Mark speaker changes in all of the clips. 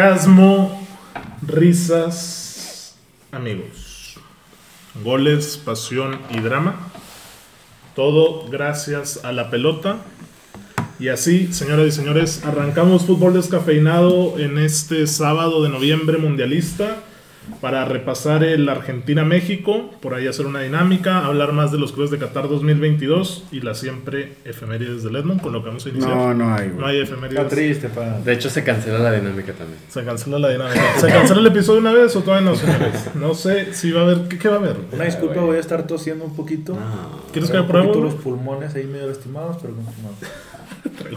Speaker 1: Sarcasmo, risas, amigos. Goles, pasión y drama. Todo gracias a la pelota. Y así, señoras y señores, arrancamos fútbol descafeinado en este sábado de noviembre mundialista para repasar el Argentina-México, por ahí hacer una dinámica, hablar más de los clubes de Qatar 2022 y la siempre efemérides del Edmond, con lo que vamos a iniciar.
Speaker 2: No, no hay,
Speaker 1: No
Speaker 2: güey.
Speaker 1: hay efemérides.
Speaker 3: Está triste, para.
Speaker 4: De hecho, se cancela la dinámica también.
Speaker 1: Se cancela la dinámica. ¿Se cancela el episodio una vez o todavía no, señores? No sé si va a haber. ¿Qué, qué va a haber?
Speaker 3: Una disculpa, voy a estar tosiendo un poquito.
Speaker 1: ¿Quieres que
Speaker 2: Eh,
Speaker 3: Traigo
Speaker 1: me
Speaker 3: un poquito los
Speaker 1: pruebe?
Speaker 3: pulmones ahí medio lastimados, pero continuamos.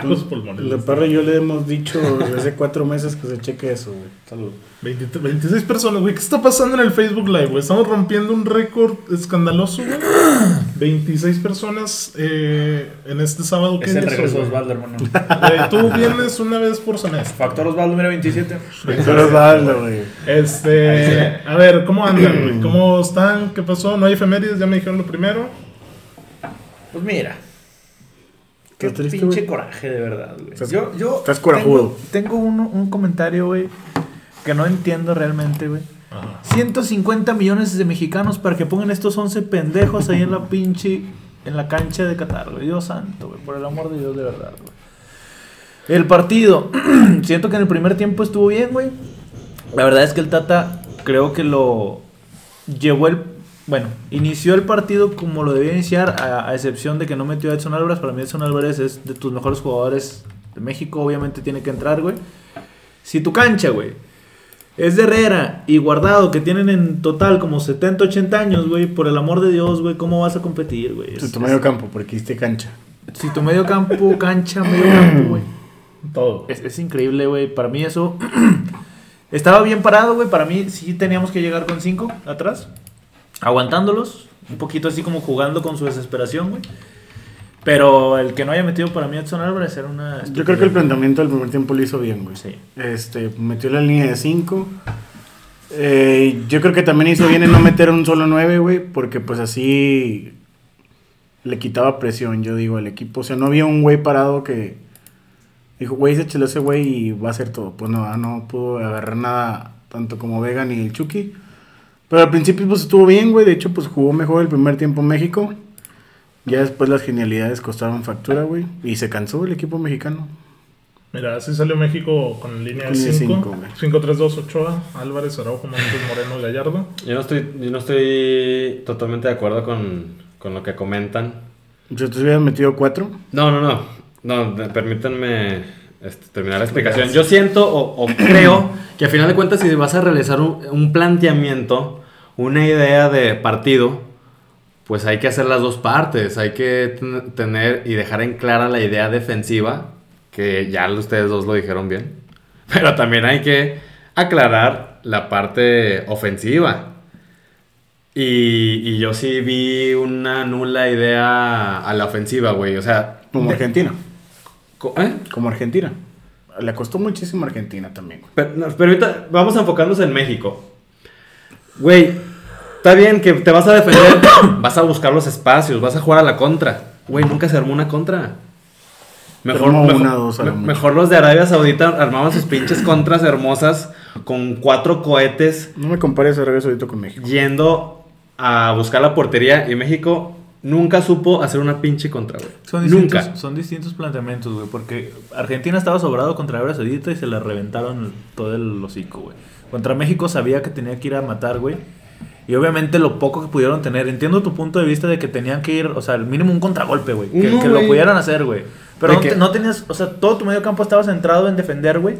Speaker 1: Los pulmones.
Speaker 2: La perra y yo le hemos dicho desde hace cuatro meses que se cheque eso, güey.
Speaker 3: Salud.
Speaker 1: 23 26 personas, güey. ¿Qué está pasando en el Facebook Live, güey? Estamos rompiendo un récord escandaloso, güey. 26 personas eh, en este sábado. ¿qué
Speaker 3: Es el
Speaker 1: día
Speaker 3: regreso de
Speaker 1: hoy, güey?
Speaker 3: Osvaldo, hermano.
Speaker 1: Eh, Tú vienes una vez por semestre.
Speaker 3: Factor Osvaldo, mira, 27.
Speaker 2: Pero dale, güey.
Speaker 1: Este, a ver, ¿cómo andan, güey? ¿Cómo están? ¿Qué pasó? ¿No hay efemérides? Ya me dijeron lo primero.
Speaker 3: Pues mira. Qué
Speaker 2: Está triste,
Speaker 3: pinche
Speaker 2: güey.
Speaker 3: coraje, de verdad, güey.
Speaker 2: Estás-
Speaker 3: yo, yo
Speaker 2: estás corajudo.
Speaker 3: Tengo, tengo un, un comentario, güey, que no entiendo realmente, güey. 150 millones de mexicanos para que pongan estos 11 pendejos ahí en la pinche. En la cancha de Qatar, güey. Dios santo, güey. Por el amor de Dios, de verdad, güey. El partido. Siento que en el primer tiempo estuvo bien, güey. La verdad es que el Tata creo que lo llevó el. Bueno, inició el partido como lo debía iniciar, a, a excepción de que no metió a Edson Álvarez. Para mí, Edson Álvarez es de tus mejores jugadores de México. Obviamente tiene que entrar, güey. Si tu cancha, güey, es de Herrera y Guardado, que tienen en total como 70, 80 años, güey, por el amor de Dios, güey, ¿cómo vas a competir, güey?
Speaker 2: Tu
Speaker 3: Es-
Speaker 2: tu medio campo, porque hiciste cancha.
Speaker 3: si tu medio campo, cancha, medio campo, güey.
Speaker 1: Todo.
Speaker 3: Es, es increíble, güey. Para mí eso... Estaba bien parado, güey. Para mí sí teníamos que llegar con 5 atrás. Aguantándolos. Un poquito así como jugando con su desesperación, güey. Pero el que no haya metido para mí a Edson Álvarez era una...
Speaker 2: Yo creo que el
Speaker 3: estupidez,
Speaker 2: planteamiento del primer tiempo lo hizo bien, güey.
Speaker 3: güey. Sí.
Speaker 2: Este, metió la línea de 5. yo creo que también hizo bien en no meter un solo 9, güey, porque pues así le quitaba presión, yo digo, al equipo. O sea, no había un güey parado que dijo, güey, se cheló ese güey y va a hacer todo. Pues no, ah, no pudo agarrar nada tanto como Vega ni el Chucky. Pero al principio pues estuvo bien, güey. De hecho, pues jugó mejor el primer tiempo México. Ya después las genialidades costaron factura, güey. Y se cansó el equipo mexicano.
Speaker 1: Mira, así salió México con línea de
Speaker 2: Línea de
Speaker 1: 5.
Speaker 2: cinco, güey.
Speaker 1: 5-3-2, Ochoa, Álvarez, Araujo, Montes, Moreno, Gallardo.
Speaker 4: Yo no estoy, yo no estoy totalmente de acuerdo con, con lo que comentan.
Speaker 2: Si te hubieran metido 4.
Speaker 4: No, no, no. No, de- permítanme este, terminar la explicación. Yo siento o, o creo que a final de cuentas si vas a realizar un, un planteamiento, una idea de partido, pues hay que hacer las dos partes. Hay que ten- tener y dejar en clara la idea defensiva, que ya ustedes dos lo dijeron bien. Pero también hay que aclarar la parte ofensiva. Y, y yo sí vi una nula idea a la ofensiva, güey. O sea,
Speaker 2: Como
Speaker 4: de-
Speaker 2: Argentina.
Speaker 4: co- ¿eh?
Speaker 2: Como Argentina. Le costó muchísimo a Argentina también. güey.
Speaker 4: Pero, no, pero ahorita vamos a enfocarnos en México. Güey, está bien que te vas a defender, vas a buscar los espacios, vas a jugar a la contra. Güey, nunca se armó una contra. Mejor,
Speaker 2: armó
Speaker 4: mejor,
Speaker 2: una, dos a lo
Speaker 4: me-
Speaker 2: mucho.
Speaker 4: mejor los de Arabia Saudita armaban sus pinches contras hermosas con cuatro cohetes
Speaker 2: No me compares a regreso ahorita con México.
Speaker 4: yendo a buscar la portería y México nunca supo hacer una pinche contra, güey.
Speaker 3: Son
Speaker 4: nunca.
Speaker 3: distintos, son distintos planteamientos, güey. Porque Argentina estaba sobrado contra Arabia Saudita y se la reventaron el- todo el hocico, güey. Contra México sabía que tenía que ir a matar, güey. Y obviamente lo poco que pudieron tener. Entiendo tu punto de vista de que tenían que ir, o sea, al mínimo un contragolpe, güey. Que,
Speaker 4: Uno,
Speaker 3: que lo
Speaker 4: güey.
Speaker 3: pudieran hacer, güey. Pero
Speaker 4: De
Speaker 3: no, te-
Speaker 4: que-
Speaker 3: no tenías, o sea, todo tu medio campo estaba centrado en defender, güey.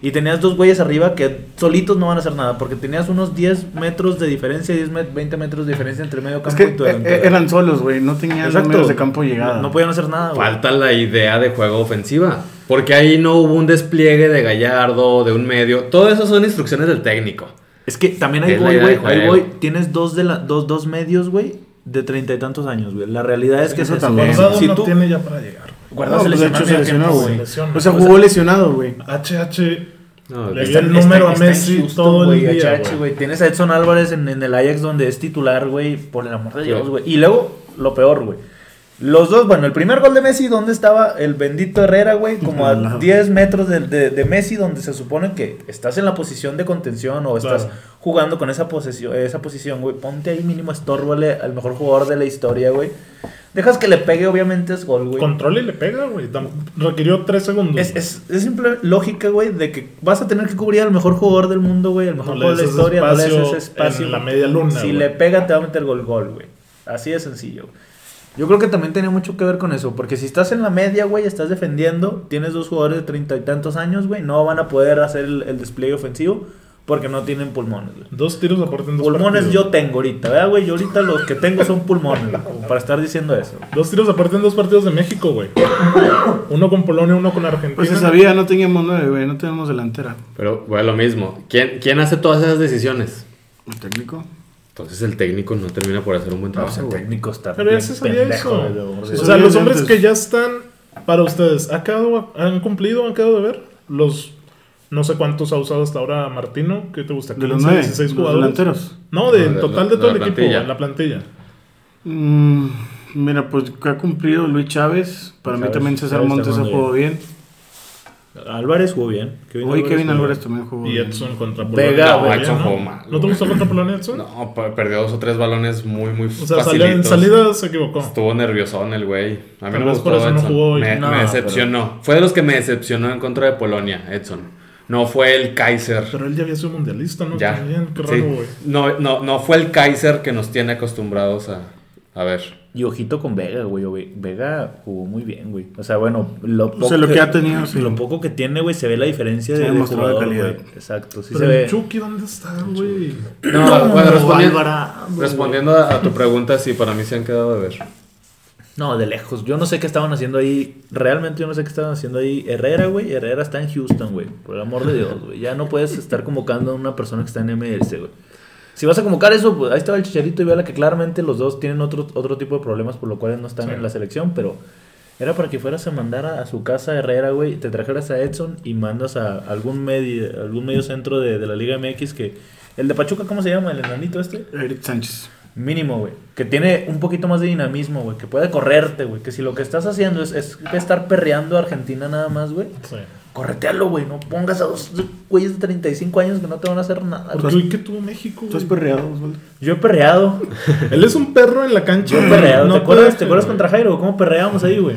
Speaker 3: Y tenías dos güeyes arriba que solitos no van a hacer nada. Porque tenías unos 10 metros de diferencia, 10 met- 20 metros de diferencia entre el medio campo
Speaker 2: Es que
Speaker 3: y tu
Speaker 2: eh,
Speaker 3: delantero.
Speaker 2: eh, eran solos, güey. No tenían los
Speaker 3: Exacto.
Speaker 2: medios de campo llegada.
Speaker 3: No, no podían hacer
Speaker 1: Ah,
Speaker 3: nada, güey.
Speaker 4: Falta la idea de juego ofensiva. Porque ahí no hubo un despliegue de Gallardo, de un medio. Todo eso son instrucciones del técnico.
Speaker 3: Es que también ahí
Speaker 4: Es la
Speaker 3: voy,
Speaker 4: idea
Speaker 3: güey.
Speaker 4: del
Speaker 3: Ahí
Speaker 4: juego.
Speaker 3: voy. Tienes dos, de la, dos, dos medios, güey, de treinta y tantos años, güey. La realidad es que
Speaker 2: Eso
Speaker 3: es eso,
Speaker 2: también.
Speaker 3: güey.
Speaker 1: Guardado
Speaker 3: Si
Speaker 1: no
Speaker 3: tú-
Speaker 1: tiene ya para llegar.
Speaker 3: Guardado
Speaker 2: No,
Speaker 3: se
Speaker 2: pues, de
Speaker 3: lesionó
Speaker 2: hecho
Speaker 3: en
Speaker 2: se
Speaker 3: el
Speaker 2: lesionó,
Speaker 3: tiempo,
Speaker 2: güey.
Speaker 3: güey.
Speaker 1: lesiona.
Speaker 2: O sea, jugó lesionado, güey.
Speaker 1: HH
Speaker 4: No,
Speaker 1: Le
Speaker 4: es-
Speaker 1: dio el número a Messi
Speaker 3: en Houston,
Speaker 1: todo el
Speaker 3: güey,
Speaker 1: día,
Speaker 3: HH,
Speaker 1: güey.
Speaker 3: güey. Tienes a Edson Álvarez en, en el Ajax donde es titular, güey, por el amor de
Speaker 4: Sí.
Speaker 3: Dios, güey. Y luego, lo peor, güey. Los dos, bueno, el primer gol de Messi, ¿dónde estaba el bendito Herrera, güey? Como a
Speaker 2: Al lado.
Speaker 3: 10 metros de, de- de Messi, donde se supone que estás en la posición de contención o estás
Speaker 1: Claro.
Speaker 3: jugando con esa, posesión, esa posición, güey. Ponte ahí mínimo estórbale al mejor jugador de la historia, güey. Dejas que le pegue, obviamente es gol, güey.
Speaker 1: Controla y le pega, güey. Tam- Requirió tres segundos.
Speaker 3: Es,
Speaker 1: güey.
Speaker 3: es, es simple lógica, güey, de que vas a tener que cubrir al mejor jugador del mundo, güey, el mejor
Speaker 1: No le
Speaker 3: jugador de la
Speaker 1: des ese
Speaker 3: historia, no le des
Speaker 1: espacio
Speaker 3: ese espacio.
Speaker 1: en la media luna,
Speaker 3: Si
Speaker 1: güey.
Speaker 3: le pega, te va a meter gol, gol, güey. Así de sencillo. güey. Yo creo que también tiene mucho que ver con eso, porque si estás en la media, güey, estás defendiendo, tienes dos jugadores de treinta y tantos años, güey, no van a poder hacer el, el despliegue ofensivo porque no tienen pulmones, güey.
Speaker 1: Dos tiros aparte en dos
Speaker 3: Pulmones
Speaker 1: partidos.
Speaker 3: yo tengo ahorita, ¿verdad, güey? Yo ahorita los que tengo son pulmones, güey, como para estar diciendo eso.
Speaker 1: Dos tiros aparte en dos partidos de México, güey. Uno con Polonia, uno con Argentina.
Speaker 2: Pues se sabía, no teníamos nueve, güey, no tenemos delantera.
Speaker 4: Pero, güey, lo mismo. ¿Quién, ¿Quién hace todas esas decisiones?
Speaker 2: ¿El técnico?
Speaker 4: Entonces el técnico no termina por hacer un buen trabajo.
Speaker 1: Ah,
Speaker 3: Pues el
Speaker 4: güey.
Speaker 3: técnico está
Speaker 1: Pero
Speaker 3: bien
Speaker 1: ya se sabía
Speaker 3: pendejo,
Speaker 1: eso.
Speaker 3: güey, de amor de
Speaker 1: o
Speaker 2: Se
Speaker 1: sea,
Speaker 2: sabía
Speaker 1: los
Speaker 2: de
Speaker 1: hombres
Speaker 2: antes.
Speaker 1: que ya están para ustedes, ¿ha quedado- ¿han cumplido, han quedado de ver? Los no sé cuántos ha usado hasta ahora Martino. ¿Qué te gusta?
Speaker 2: De los
Speaker 1: 15,
Speaker 2: nueve,
Speaker 1: 16
Speaker 2: los
Speaker 1: jugadores.
Speaker 2: delanteros.
Speaker 1: No, de,
Speaker 4: No, de
Speaker 1: total
Speaker 4: la-
Speaker 1: de
Speaker 4: de
Speaker 1: todo
Speaker 4: la
Speaker 1: el equipo,
Speaker 4: plantilla.
Speaker 1: en la plantilla.
Speaker 2: Mm, mira, pues que ha cumplido Luis Chávez. Para mí
Speaker 3: Chávez,
Speaker 2: también César
Speaker 3: Chávez
Speaker 2: Montes ha
Speaker 3: Hernández.
Speaker 2: jugado bien.
Speaker 3: Álvarez jugó bien.
Speaker 2: Hoy Kevin
Speaker 3: jugó
Speaker 2: Álvarez
Speaker 3: bien.
Speaker 2: también jugó
Speaker 1: Y
Speaker 2: bien.
Speaker 1: Edson contra Polonia.
Speaker 3: Vega,
Speaker 1: ¿no?
Speaker 3: güey,
Speaker 1: ¿no?
Speaker 4: Edson jugó mal,
Speaker 1: ¿No te
Speaker 4: güey.
Speaker 1: gustó contra Polonia, Edson?
Speaker 4: No, per- perdió dos o tres balones muy, muy
Speaker 1: O sea, salió- en
Speaker 4: facilitos.
Speaker 1: salida se equivocó.
Speaker 4: Estuvo nerviosón el güey. A mí
Speaker 1: Tal
Speaker 4: no me
Speaker 1: vez
Speaker 4: gustó
Speaker 1: por eso no
Speaker 4: Edson.
Speaker 1: jugó hoy.
Speaker 4: me,
Speaker 3: No,
Speaker 4: me decepcionó. Fue de los que me decepcionó en contra de Polonia, Edson. No fue el Kaiser.
Speaker 1: Pero él ya había sido mundialista, ¿no?
Speaker 4: Ya.
Speaker 1: También, qué
Speaker 4: Sí.
Speaker 1: raro, güey.
Speaker 4: No, no, no fue el Kaiser que nos tiene acostumbrados a, a ver.
Speaker 3: Y ojito con Vega, güey. Ove- Vega jugó muy bien, güey. O sea, bueno, lo poco,
Speaker 2: sea, lo que ha tenido, sí.
Speaker 3: lo poco que tiene, güey, se ve la diferencia
Speaker 2: Se
Speaker 3: de,
Speaker 2: ha
Speaker 3: de
Speaker 2: demostrado
Speaker 3: jugador,
Speaker 2: de calidad.
Speaker 3: güey. Exacto, sí
Speaker 1: Pero
Speaker 3: se
Speaker 1: el
Speaker 3: ve.
Speaker 1: Chucky, ¿dónde está, güey?
Speaker 4: No, bueno, respondiendo,
Speaker 3: Alvarado, güey.
Speaker 4: respondiendo a, a tu pregunta, sí, para mí se han quedado de ver.
Speaker 3: No, de lejos. Yo no sé qué estaban haciendo ahí. Realmente yo no sé qué estaban haciendo ahí. Herrera, güey. Herrera está en Houston, güey. Por el amor de Dios, güey. Ya no puedes estar convocando a una persona que está en MLS, güey. Si vas a convocar eso, pues ahí estaba el Chicharito y Vela, que claramente los dos tienen otro, otro tipo de problemas por lo cual no están
Speaker 1: Sí.
Speaker 3: en la selección, pero era para que fueras a mandar a, a su casa a Herrera, güey, te trajeras a Edson y mandas a algún medio, algún medio centro de, de la Liga MX que... El de Pachuca, ¿cómo se llama? El enanito este.
Speaker 2: Eric Sánchez.
Speaker 3: Mínimo, güey. Que tiene un poquito más de dinamismo, güey. Que puede correrte, güey. Que si lo que estás haciendo es, es estar perreando a Argentina nada más, güey.
Speaker 1: Sí.
Speaker 3: Corretealo, güey. No pongas a dos güeyes de 35 años que no te van a hacer nada.
Speaker 1: Porque
Speaker 3: güey.
Speaker 1: hoy que tuvo México,
Speaker 2: ¿Tú has
Speaker 1: güey.
Speaker 2: perreado, Osvaldo?
Speaker 3: Yo he perreado.
Speaker 1: Él es un perro en la cancha.
Speaker 3: Yo he perreado.
Speaker 1: No
Speaker 3: ¿Te acuerdas,
Speaker 1: dejes,
Speaker 3: ¿te acuerdas
Speaker 1: güey.
Speaker 3: contra Jairo? ¿Cómo perreamos ahí, güey?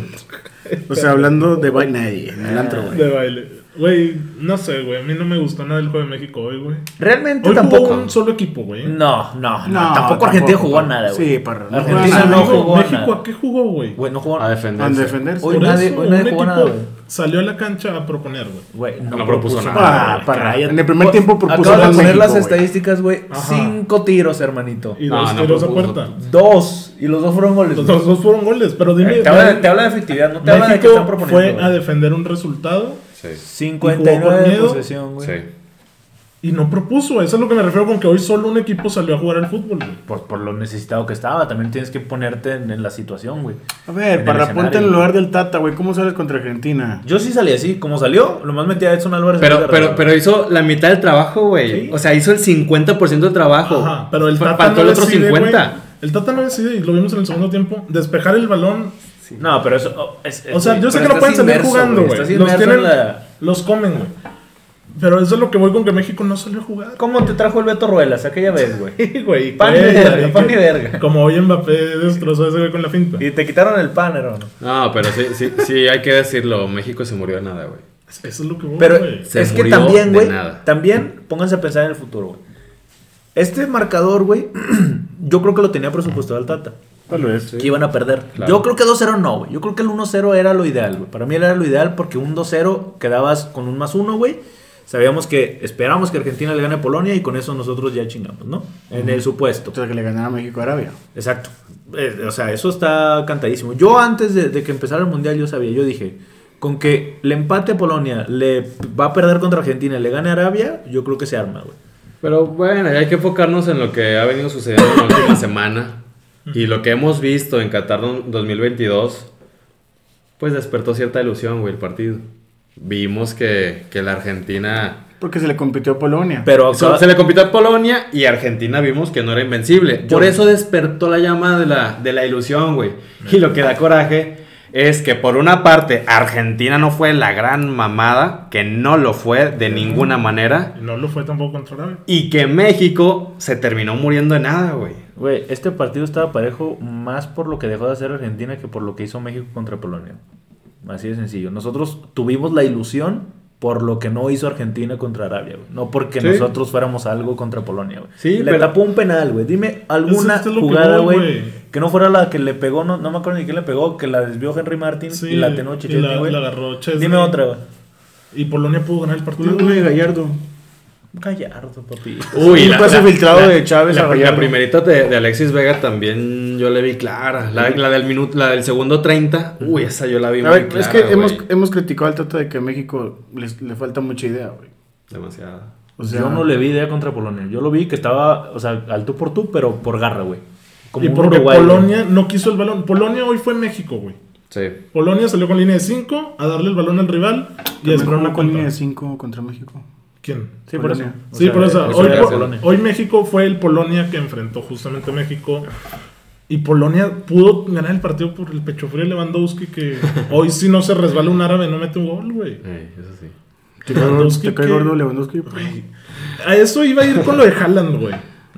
Speaker 2: O sea, hablando de By Nadie, en el antro, güey.
Speaker 1: De baile. Güey, no sé, güey. A mí no me gustó nada el juego de México hoy, güey.
Speaker 3: Realmente
Speaker 1: Hoy
Speaker 3: tampoco.
Speaker 1: jugó un solo equipo, güey.
Speaker 3: No, no, no.
Speaker 2: No,
Speaker 3: tampoco,
Speaker 2: tampoco,
Speaker 3: Argentina jugó
Speaker 2: tampoco.
Speaker 3: nada, güey.
Speaker 2: Sí, para- no
Speaker 1: O
Speaker 3: Argentina
Speaker 1: sea,
Speaker 2: jugaron
Speaker 3: no
Speaker 1: México,
Speaker 3: jugó
Speaker 1: México,
Speaker 3: nada.
Speaker 1: ¿a qué jugó, güey?
Speaker 3: Güey, no jugó
Speaker 4: A
Speaker 2: A
Speaker 4: defenderse.
Speaker 2: defenderse.
Speaker 3: Hoy nadie- hoy nadie
Speaker 1: un
Speaker 3: jugó nada,
Speaker 1: equipo
Speaker 3: güey.
Speaker 1: Salió a la cancha a proponer, güey.
Speaker 3: Güey,
Speaker 4: No propuso nada.
Speaker 2: Ah, para- en el primer tiempo propuso
Speaker 3: Acabas de
Speaker 2: más
Speaker 3: poner
Speaker 2: México,
Speaker 3: las
Speaker 2: güey.
Speaker 3: estadísticas, güey.
Speaker 1: Ajá.
Speaker 3: Cinco tiros, hermanito.
Speaker 1: Y
Speaker 4: No,
Speaker 1: dos
Speaker 4: no
Speaker 1: tiros a
Speaker 4: propuso.
Speaker 1: puerta.
Speaker 3: Dos. Y los dos fueron goles.
Speaker 1: Los
Speaker 3: güey.
Speaker 1: dos, dos fueron goles, pero dime.
Speaker 3: Eh, te, habla, te habla de efectividad, no te habla de que están
Speaker 1: México fue
Speaker 3: proponiendo.
Speaker 1: a
Speaker 3: güey.
Speaker 1: defender un resultado
Speaker 4: Sí, sí.
Speaker 3: 59
Speaker 1: y
Speaker 3: de
Speaker 1: jugó con
Speaker 3: posesión, güey.
Speaker 1: y no propuso. Eso es lo que me refiero con que hoy solo un equipo salió a jugar al fútbol, güey.
Speaker 3: Pues por lo necesitado que estaba, también tienes que ponerte en, en la situación, güey.
Speaker 2: A
Speaker 3: En
Speaker 2: ver,
Speaker 3: el
Speaker 2: para
Speaker 3: escenario.
Speaker 2: ponte en el lugar del Tata, güey. ¿Cómo sales contra Argentina?
Speaker 3: Yo sí salí así, como salió, lo más metí a Edson Álvarez.
Speaker 4: Pero,
Speaker 3: Herrera,
Speaker 4: pero,
Speaker 3: güey.
Speaker 4: pero hizo la mitad del trabajo, güey.
Speaker 1: Sí.
Speaker 4: O sea, hizo el 50% del trabajo.
Speaker 1: Ajá, pero el
Speaker 4: Fa-
Speaker 1: Tata
Speaker 4: Faltó
Speaker 1: no
Speaker 4: el otro
Speaker 1: decide,
Speaker 4: 50.
Speaker 1: güey. El Tata no decide, y lo vimos en el segundo tiempo, despejar el balón.
Speaker 3: No, pero eso. oh, es- es-
Speaker 1: O sea,
Speaker 3: güey,
Speaker 1: yo sé
Speaker 3: pero
Speaker 1: que no
Speaker 3: estás
Speaker 1: pueden salir
Speaker 3: inmerso,
Speaker 1: jugando,
Speaker 3: Estás
Speaker 1: güey. Los
Speaker 3: inmerso
Speaker 1: tienen,
Speaker 3: en la-
Speaker 1: los comen, güey. Pero eso es lo que voy con que México no salió a jugar.
Speaker 3: ¿Cómo te trajo el Beto Ruelas aquella vez, güey?
Speaker 1: güey,
Speaker 3: Pan y
Speaker 1: güey,
Speaker 3: verga, pan
Speaker 1: que-
Speaker 3: y verga.
Speaker 1: Como hoy Mbappé destrozó a ese güey con la finta.
Speaker 3: Y te quitaron el pan, hermano.
Speaker 4: No, pero sí, sí, sí, hay que decirlo. México se murió de nada, güey.
Speaker 1: Eso es lo que voy,
Speaker 3: Pero
Speaker 1: güey.
Speaker 4: Se
Speaker 3: es que
Speaker 4: murió
Speaker 3: también,
Speaker 4: de
Speaker 3: güey.
Speaker 4: nada.
Speaker 3: También pónganse a pensar en el futuro, güey. Este marcador, güey, yo creo que lo tenía presupuestado el Tata.
Speaker 2: Tal vez.
Speaker 3: Que iban a perder.
Speaker 4: Claro.
Speaker 3: Yo creo que 2-0 no, güey. Yo creo que el 1-0 era lo ideal, güey. Para mí era lo ideal porque un 2-0 quedabas con un más uno, güey. Sabíamos que esperábamos que Argentina le gane a Polonia y con eso nosotros ya chingamos, ¿no? En el supuesto.
Speaker 2: O sea, que le ganara México a Arabia.
Speaker 3: Exacto. Eh, o sea, eso está cantadísimo. Yo antes de, de que empezara el Mundial, yo sabía, yo dije, con que le empate a Polonia, le p- va a perder contra Argentina, le gane a Arabia, yo creo que se arma, güey.
Speaker 4: Pero bueno, hay que enfocarnos en lo que ha venido sucediendo en la última semana. Y lo que hemos visto en Qatar 2022, pues despertó cierta ilusión, güey, el partido. vimos que, que la Argentina...
Speaker 2: Porque se le compitió a Polonia.
Speaker 3: Pero
Speaker 4: Se,
Speaker 3: acaba-
Speaker 4: se le compitió a Polonia y Argentina vimos que no era invencible. Por
Speaker 3: Yo-
Speaker 4: eso despertó la llama de la, de la ilusión, güey. Y lo que da coraje es que por una parte Argentina no fue la gran mamada, que no lo fue de ninguna manera,
Speaker 1: Y no lo fue tampoco contra Arabia.
Speaker 4: y que México se terminó muriendo de nada, güey.
Speaker 3: Güey, este partido estaba parejo más por lo que dejó de hacer Argentina que por lo que hizo México contra Polonia. Así de sencillo. Nosotros tuvimos la ilusión por lo que no hizo Argentina contra Arabia, güey. No porque
Speaker 4: Sí.
Speaker 3: nosotros fuéramos algo contra Polonia, güey.
Speaker 4: Sí,
Speaker 3: le
Speaker 4: pero-
Speaker 3: tapó un penal, güey. Dime alguna
Speaker 1: Eso es lo que
Speaker 3: jugada,
Speaker 1: voy,
Speaker 3: güey,
Speaker 1: güey.
Speaker 3: que no fuera la que le pegó, no, no me acuerdo ni quién le pegó, que la desvió Henry Martin
Speaker 1: Sí,
Speaker 3: y la atenó Chichetti,
Speaker 1: y la-
Speaker 3: güey.
Speaker 1: la agarró Chesney.
Speaker 3: Dime otra, güey.
Speaker 1: Y Polonia pudo ganar el partido.
Speaker 2: Una de Gallardo.
Speaker 3: Gallardo, papi.
Speaker 2: Un pase filtrado de Chávez
Speaker 4: la,
Speaker 2: a
Speaker 4: la
Speaker 2: Gallardo.
Speaker 4: primerita de, de Alexis Vega también yo le vi clara. La, la del minuto, la del segundo 30, uy, esa yo la vi
Speaker 2: A
Speaker 4: muy
Speaker 2: ver,
Speaker 4: clara,
Speaker 2: es que
Speaker 4: güey.
Speaker 2: hemos, hemos criticado al trato de que a México les- le falta mucha idea, güey.
Speaker 4: Demasiado.
Speaker 2: O sea,
Speaker 3: yo no le vi idea contra Polonia. Yo lo vi que estaba, o sea, al tú por tú, pero por garra, güey. Como
Speaker 1: y
Speaker 3: un
Speaker 1: porque
Speaker 3: Uruguay,
Speaker 1: Polonia no quiso el balón. Polonia hoy fue México, güey.
Speaker 4: Sí.
Speaker 1: Polonia salió con línea de 5 a darle el balón al rival y
Speaker 2: Y
Speaker 1: es
Speaker 2: una
Speaker 1: con
Speaker 2: línea de 5 contra México.
Speaker 1: ¿Quién?
Speaker 3: güey. Sí, por eso.
Speaker 2: Polonia.
Speaker 3: O
Speaker 1: Sí,
Speaker 3: sea,
Speaker 1: por eso.
Speaker 4: eso
Speaker 1: Hoy,
Speaker 4: era
Speaker 1: por-
Speaker 4: Polonia.
Speaker 1: hoy México fue el Polonia que enfrentó justamente México. Y Polonia pudo ganar el partido por el pecho frío de Lewandowski, que hoy si no se resbala un árabe no mete un gol, güey.
Speaker 4: Ey, eso sí.
Speaker 2: ¿Te cae gordo- te cae
Speaker 1: que-
Speaker 2: gordo Lewandowski?
Speaker 3: pues.
Speaker 1: Güey, A eso iba a ir con lo de Haaland, güey.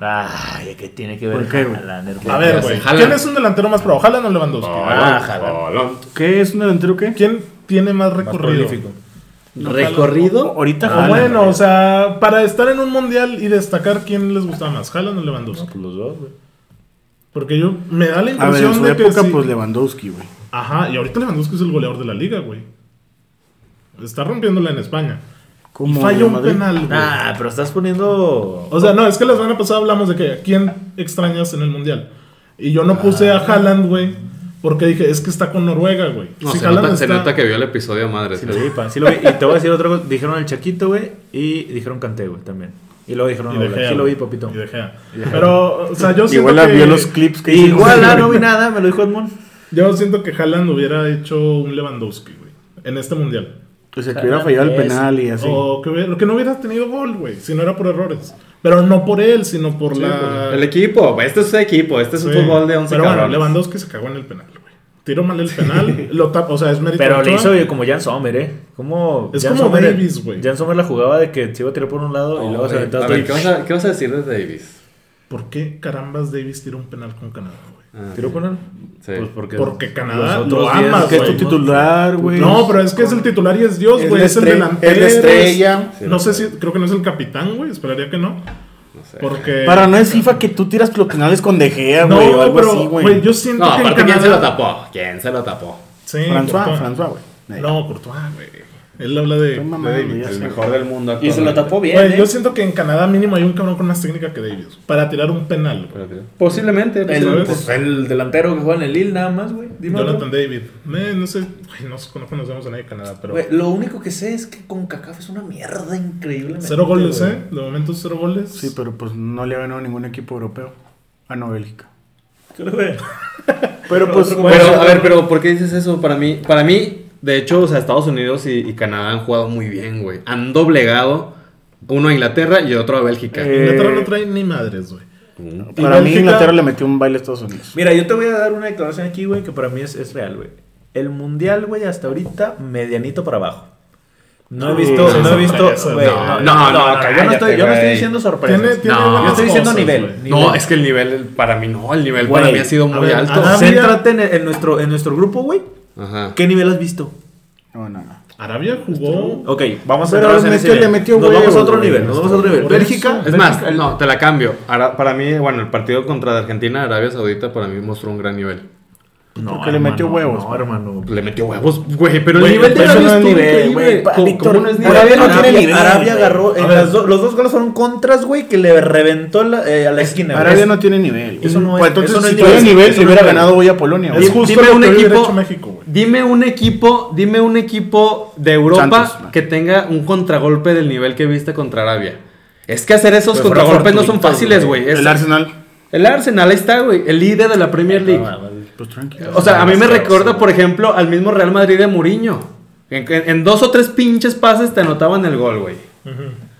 Speaker 3: Ay, ¿qué tiene que ver
Speaker 2: ¿Por qué, güey?
Speaker 3: Haaland, hermano?
Speaker 1: A ver,
Speaker 4: Ya sé,
Speaker 1: güey.
Speaker 4: Haaland.
Speaker 1: ¿Quién es un delantero más pro? ¿Haaland o Lewandowski?
Speaker 3: Ah, Haaland.
Speaker 2: ¿Qué es un delantero qué?
Speaker 1: ¿Quién tiene más
Speaker 3: Más
Speaker 1: recorrido?
Speaker 3: prolífico.
Speaker 2: O-
Speaker 4: ¿Recorrido?
Speaker 2: Ahorita
Speaker 1: o
Speaker 2: Haaland,
Speaker 1: bueno,
Speaker 2: güey.
Speaker 1: o sea, para estar en un mundial y destacar quién les gusta más, Haaland o
Speaker 3: No,
Speaker 1: Lewandowski.
Speaker 3: pues los dos, güey.
Speaker 1: Porque yo me da la
Speaker 2: A ver,
Speaker 1: impresión
Speaker 2: en su
Speaker 1: de
Speaker 2: época,
Speaker 1: que sí.
Speaker 2: pues Lewandowski, güey.
Speaker 1: Ajá, y ahorita Lewandowski es el goleador de la liga, güey. Está rompiéndola en España. Y
Speaker 2: Como
Speaker 1: falla un
Speaker 2: Madrid.
Speaker 1: penal, güey.
Speaker 3: Ah, pero estás poniendo.
Speaker 1: O sea, no, es que la semana pasada hablamos de que ¿a quién extrañas en el mundial. Y yo no puse
Speaker 2: Ah.
Speaker 1: a Haaland, güey, porque dije, es que está con Noruega, güey.
Speaker 4: No,
Speaker 1: Si
Speaker 4: se,
Speaker 1: Haaland
Speaker 4: nota, se
Speaker 1: está-
Speaker 4: nota que vio el episodio madre.
Speaker 3: Sí lo vi, pa, sí lo vi. Y te voy a decir otra cosa. Dijeron el Chaquito, güey. Y dijeron Canté, güey, también. Y luego dijeron
Speaker 1: Y De
Speaker 3: Oblak.
Speaker 1: Gea,
Speaker 3: Sí lo vi,
Speaker 1: güey.
Speaker 3: papito.
Speaker 1: Y De Gea. Pero, o sea, yo siento
Speaker 2: Igual la
Speaker 1: que...
Speaker 2: vio los clips que hicieron.
Speaker 3: Igual, ah, no vi nada, me lo dijo Edmond.
Speaker 1: Yo siento que Haaland hubiera hecho un Lewandowski, güey, en este mundial.
Speaker 2: O sea, que hubiera fallado el
Speaker 3: Es-
Speaker 2: penal y así.
Speaker 1: O que, hubiera- que no hubiera tenido gol, güey, si no era por errores. Pero no por él, sino por la...
Speaker 4: El equipo, este es su equipo, este es un
Speaker 1: Sí.
Speaker 4: fútbol de 11
Speaker 1: Pero bueno,
Speaker 4: cabrones.
Speaker 1: Lewandowski se cagó en el penal, güey. Tiró mal el penal, lo tapa, o sea, es mérito
Speaker 3: Pero
Speaker 1: de
Speaker 3: le
Speaker 1: Ochoa.
Speaker 3: hizo oye, como Jan Sommer, ¿eh? Como
Speaker 1: Es
Speaker 3: Jan
Speaker 1: como
Speaker 3: Sommer-
Speaker 1: Davis, güey.
Speaker 3: Jan Sommer la jugaba de que se iba a tirar por un lado y luego se aventaba
Speaker 4: a
Speaker 3: otro y
Speaker 4: ver, ¿qué vas a, qué vas a decir de Davis?
Speaker 1: ¿Por qué carambas Davis tiró un penal con Canadá, güey?
Speaker 4: Ah,
Speaker 3: ¿Tiró con él?
Speaker 4: sí.
Speaker 3: Pues porque,
Speaker 1: Porque Canadá
Speaker 3: los
Speaker 1: lo
Speaker 3: otros
Speaker 1: ama,
Speaker 3: diez,
Speaker 2: que es
Speaker 1: güey,
Speaker 2: tu titular, güey.
Speaker 1: No, pero es que es el titular y es Dios,
Speaker 2: Es
Speaker 1: güey.
Speaker 2: la
Speaker 1: Es, el
Speaker 2: estre-
Speaker 1: delantero.
Speaker 2: es la estrella.
Speaker 1: es- No sé si, creo que no es el capitán, güey. Esperaría que no.
Speaker 4: no sé.
Speaker 1: Porque.
Speaker 2: Para no es FIFA que tú tiras los penales con De Gea,
Speaker 1: No,
Speaker 2: güey, o algo
Speaker 1: pero,
Speaker 2: así,
Speaker 1: güey,
Speaker 2: güey.
Speaker 1: yo siento
Speaker 4: No,
Speaker 1: que en
Speaker 4: aparte, ¿quién se lo
Speaker 1: Canadá.
Speaker 4: tapó? ¿Quién se lo tapó?
Speaker 1: Sí,
Speaker 2: François,
Speaker 1: Courtois.
Speaker 2: François, güey. Ahí.
Speaker 1: No, Courtois, güey. Él habla de.
Speaker 2: Estoy mamando,
Speaker 1: de Davis.
Speaker 2: ya
Speaker 4: El
Speaker 2: sé.
Speaker 4: mejor del mundo.
Speaker 3: Y se lo tapó bien.
Speaker 1: Güey,
Speaker 3: ¿eh?
Speaker 1: yo siento que en Canadá mínimo hay un cabrón con más técnica que Davis. Para tirar un penal, güey.
Speaker 4: Posiblemente.
Speaker 3: el,
Speaker 1: ¿sabes?
Speaker 3: pues, el delantero que juega en el Lille nada más, güey. Dime otro.
Speaker 1: Jonathan David. Eh, no sé, güey, no, sé- no conocemos a nadie de Canadá, pero.
Speaker 3: Güey, lo único que sé es que con CACAF es una mierda increíble.
Speaker 1: Cero goles, ¿eh? De momento cero goles.
Speaker 2: Sí, pero pues no le ha ganado ningún equipo europeo. Ah, no, Bélgica. Pero pues,
Speaker 4: Pero, a ver, pero ¿por qué dices eso? Para mí, para mí de hecho, o sea, Estados Unidos y, y Canadá han jugado muy bien, güey. Han doblegado uno a Inglaterra y otro a Bélgica.
Speaker 2: Eh,
Speaker 1: Inglaterra no trae ni madres, güey.
Speaker 4: Mm.
Speaker 1: y
Speaker 2: para mí
Speaker 1: Bélgica-
Speaker 2: Inglaterra le metió un baile a Estados Unidos.
Speaker 3: Mira, yo te voy a dar una declaración aquí, güey, que para mí es, es real, güey. El mundial, güey, hasta ahorita, medianito para abajo. No he
Speaker 1: Sí,
Speaker 3: visto,
Speaker 1: sí,
Speaker 3: no he
Speaker 1: sí,
Speaker 3: visto,
Speaker 1: sí,
Speaker 3: güey.
Speaker 1: no,
Speaker 3: No, no,
Speaker 4: no,
Speaker 3: no,
Speaker 4: no,
Speaker 3: yo no estoy, yo no estoy
Speaker 4: cállate,
Speaker 3: diciendo
Speaker 4: güey.
Speaker 3: sorpresas.
Speaker 1: Tiene-
Speaker 4: tiene
Speaker 3: yo estoy diciendo
Speaker 1: cosas,
Speaker 3: nivel,
Speaker 1: güey.
Speaker 3: nivel.
Speaker 4: No, es que el nivel, para mí no, el nivel para
Speaker 3: Güey,
Speaker 4: mí ha sido
Speaker 1: a
Speaker 4: muy
Speaker 1: ver,
Speaker 4: alto.
Speaker 1: Arabia-
Speaker 3: Céntrate en, en nuestro, en nuestro grupo, güey.
Speaker 4: Ajá.
Speaker 3: ah, ¿Qué nivel has visto?
Speaker 2: No, no, no.
Speaker 1: Arabia jugó.
Speaker 3: Ok, vamos a
Speaker 2: Pero
Speaker 3: entrar en
Speaker 2: le
Speaker 3: ese
Speaker 2: metió-
Speaker 3: nivel.
Speaker 2: le metió
Speaker 3: Nos vamos a
Speaker 2: huevos,
Speaker 3: otro
Speaker 2: güey.
Speaker 3: nivel, nos vamos a otro nivel.
Speaker 1: Por
Speaker 3: Bélgica,
Speaker 1: eso.
Speaker 4: Es más, no, te la cambio. Ara- para mí, bueno, el partido contra Argentina, Arabia Saudita, para mí mostró un gran nivel.
Speaker 2: Porque le metió huevos,
Speaker 3: No, hermano.
Speaker 4: Le metió huevos, güey, pero
Speaker 1: Güey,
Speaker 4: el nivel de
Speaker 1: pero
Speaker 4: Arabia
Speaker 2: no es
Speaker 4: estuvo
Speaker 2: nivel,
Speaker 4: increíble.
Speaker 2: güey. Pa-
Speaker 4: ¿Cómo-
Speaker 2: Víctor,
Speaker 4: cómo no es nivel?
Speaker 2: Arabia no tiene
Speaker 3: Arabia,
Speaker 2: nivel,
Speaker 3: Arabia
Speaker 2: güey.
Speaker 3: agarró. en
Speaker 1: A ver.
Speaker 3: las do- los dos goles fueron contras, güey, que le reventó la- eh, a la esquina. güey.
Speaker 2: Arabia no tiene nivel. güey.
Speaker 3: Eso no es-
Speaker 2: Pues, entonces,
Speaker 3: eso no es
Speaker 2: si tuviera
Speaker 3: nivel,
Speaker 2: nivel,
Speaker 3: eso
Speaker 2: se
Speaker 3: no
Speaker 2: hubiera
Speaker 3: es nivel.
Speaker 2: ganado hoy a Polonia.
Speaker 1: Es
Speaker 2: güey.
Speaker 1: justo
Speaker 4: dime
Speaker 1: lo que
Speaker 4: un
Speaker 1: hubiera
Speaker 4: equipo-
Speaker 1: hecho México, güey.
Speaker 4: Dime un equipo, dime un equipo de Europa
Speaker 2: Santos, man.
Speaker 4: que tenga un contragolpe del nivel que viste contra Arabia. Es que hacer esos
Speaker 3: Pues fueron
Speaker 4: contragolpes no son
Speaker 3: fortuitos,
Speaker 4: fáciles,
Speaker 3: güey.
Speaker 4: güey. Es-
Speaker 2: El Arsenal.
Speaker 4: el Arsenal, ahí está, güey. El líder de la
Speaker 1: Ah,
Speaker 4: Premier League.
Speaker 2: Pues tranquilo.
Speaker 4: O sea, a mí me
Speaker 3: Asqueroso,
Speaker 4: recuerda,
Speaker 3: güey.
Speaker 4: por ejemplo, al mismo Real Madrid de Mourinho. En, en- en dos o tres pinches pases te anotaban el gol, güey.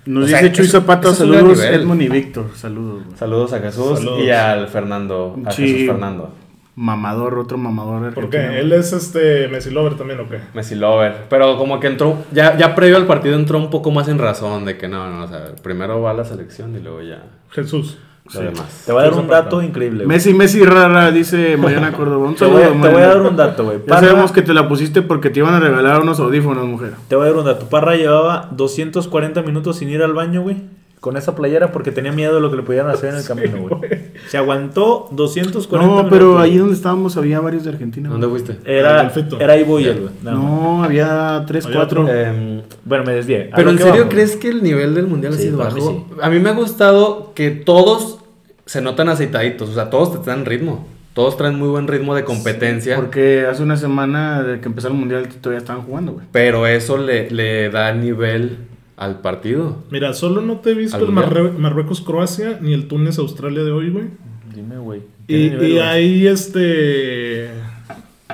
Speaker 2: Nos
Speaker 4: O sea,
Speaker 2: dice Chuy
Speaker 4: eso-
Speaker 2: Zapata,
Speaker 4: eso es un gran
Speaker 2: saludos,
Speaker 4: nivel.
Speaker 2: Edmond y Víctor, saludos, güey.
Speaker 4: Saludos a Jesús
Speaker 1: Saludos.
Speaker 4: y al Fernando. A
Speaker 2: Sí.
Speaker 4: Jesús Fernando.
Speaker 2: Mamador, otro mamador
Speaker 1: ¿Por
Speaker 2: argentino.
Speaker 1: qué? ¿Él es este Messi Lover también o qué?
Speaker 4: Messi Lover. Pero como que entró, ya, ya previo al partido entró un poco más en razón de que no, no, o sea, primero va la selección y luego ya
Speaker 1: Jesús.
Speaker 4: lo demás.
Speaker 3: Te voy a dar
Speaker 1: Cruz
Speaker 3: un
Speaker 1: Zapata.
Speaker 3: dato increíble. güey.
Speaker 2: Messi, Messi rara, dice Mariana Córdoba. Un
Speaker 3: Te voy,
Speaker 2: saludo,
Speaker 3: a- te voy a
Speaker 2: Mariana.
Speaker 3: dar un dato, güey.
Speaker 2: Ya
Speaker 3: Parra-
Speaker 2: sabemos que te la pusiste porque te iban a regalar unos audífonos, mujer.
Speaker 3: Te voy a dar un dato. Parra llevaba 240 minutos sin ir al baño, güey. Con esa playera porque tenía miedo de lo que le pudieran hacer en el camino, güey. Se aguantó 240 minutos.
Speaker 2: No, pero ahí donde estábamos había varios de Argentina. güey.
Speaker 4: ¿Dónde fuiste?
Speaker 1: En el
Speaker 3: Era,
Speaker 1: fito.
Speaker 3: era Iboyel, güey. nada más.
Speaker 2: No, había tres,
Speaker 1: Había
Speaker 2: cuatro.
Speaker 1: otro.
Speaker 4: Em,
Speaker 3: Bueno, me desvié. A
Speaker 4: Pero
Speaker 3: lo
Speaker 4: en
Speaker 3: que
Speaker 4: serio,
Speaker 3: vamos,
Speaker 4: ¿crees que el nivel del mundial ha
Speaker 3: Sí,
Speaker 4: sido
Speaker 3: para
Speaker 4: bajo?
Speaker 3: mí
Speaker 4: A mí me ha gustado que todos se notan aceitaditos, o sea, todos te traen ritmo. Todos traen muy buen ritmo de competencia.
Speaker 2: Porque hace una semana de que empezó el mundial todavía estaban jugando, güey.
Speaker 4: pero eso le, le da nivel al partido.
Speaker 1: Mira, solo no te he visto
Speaker 4: ¿Al
Speaker 1: el Marre- Marruecos-Croacia ni el Túnez-Australia de hoy, güey.
Speaker 3: güey. Dime, güey.
Speaker 1: Y,
Speaker 3: Tiene nivel,
Speaker 1: y
Speaker 3: güey.
Speaker 1: ahí, este.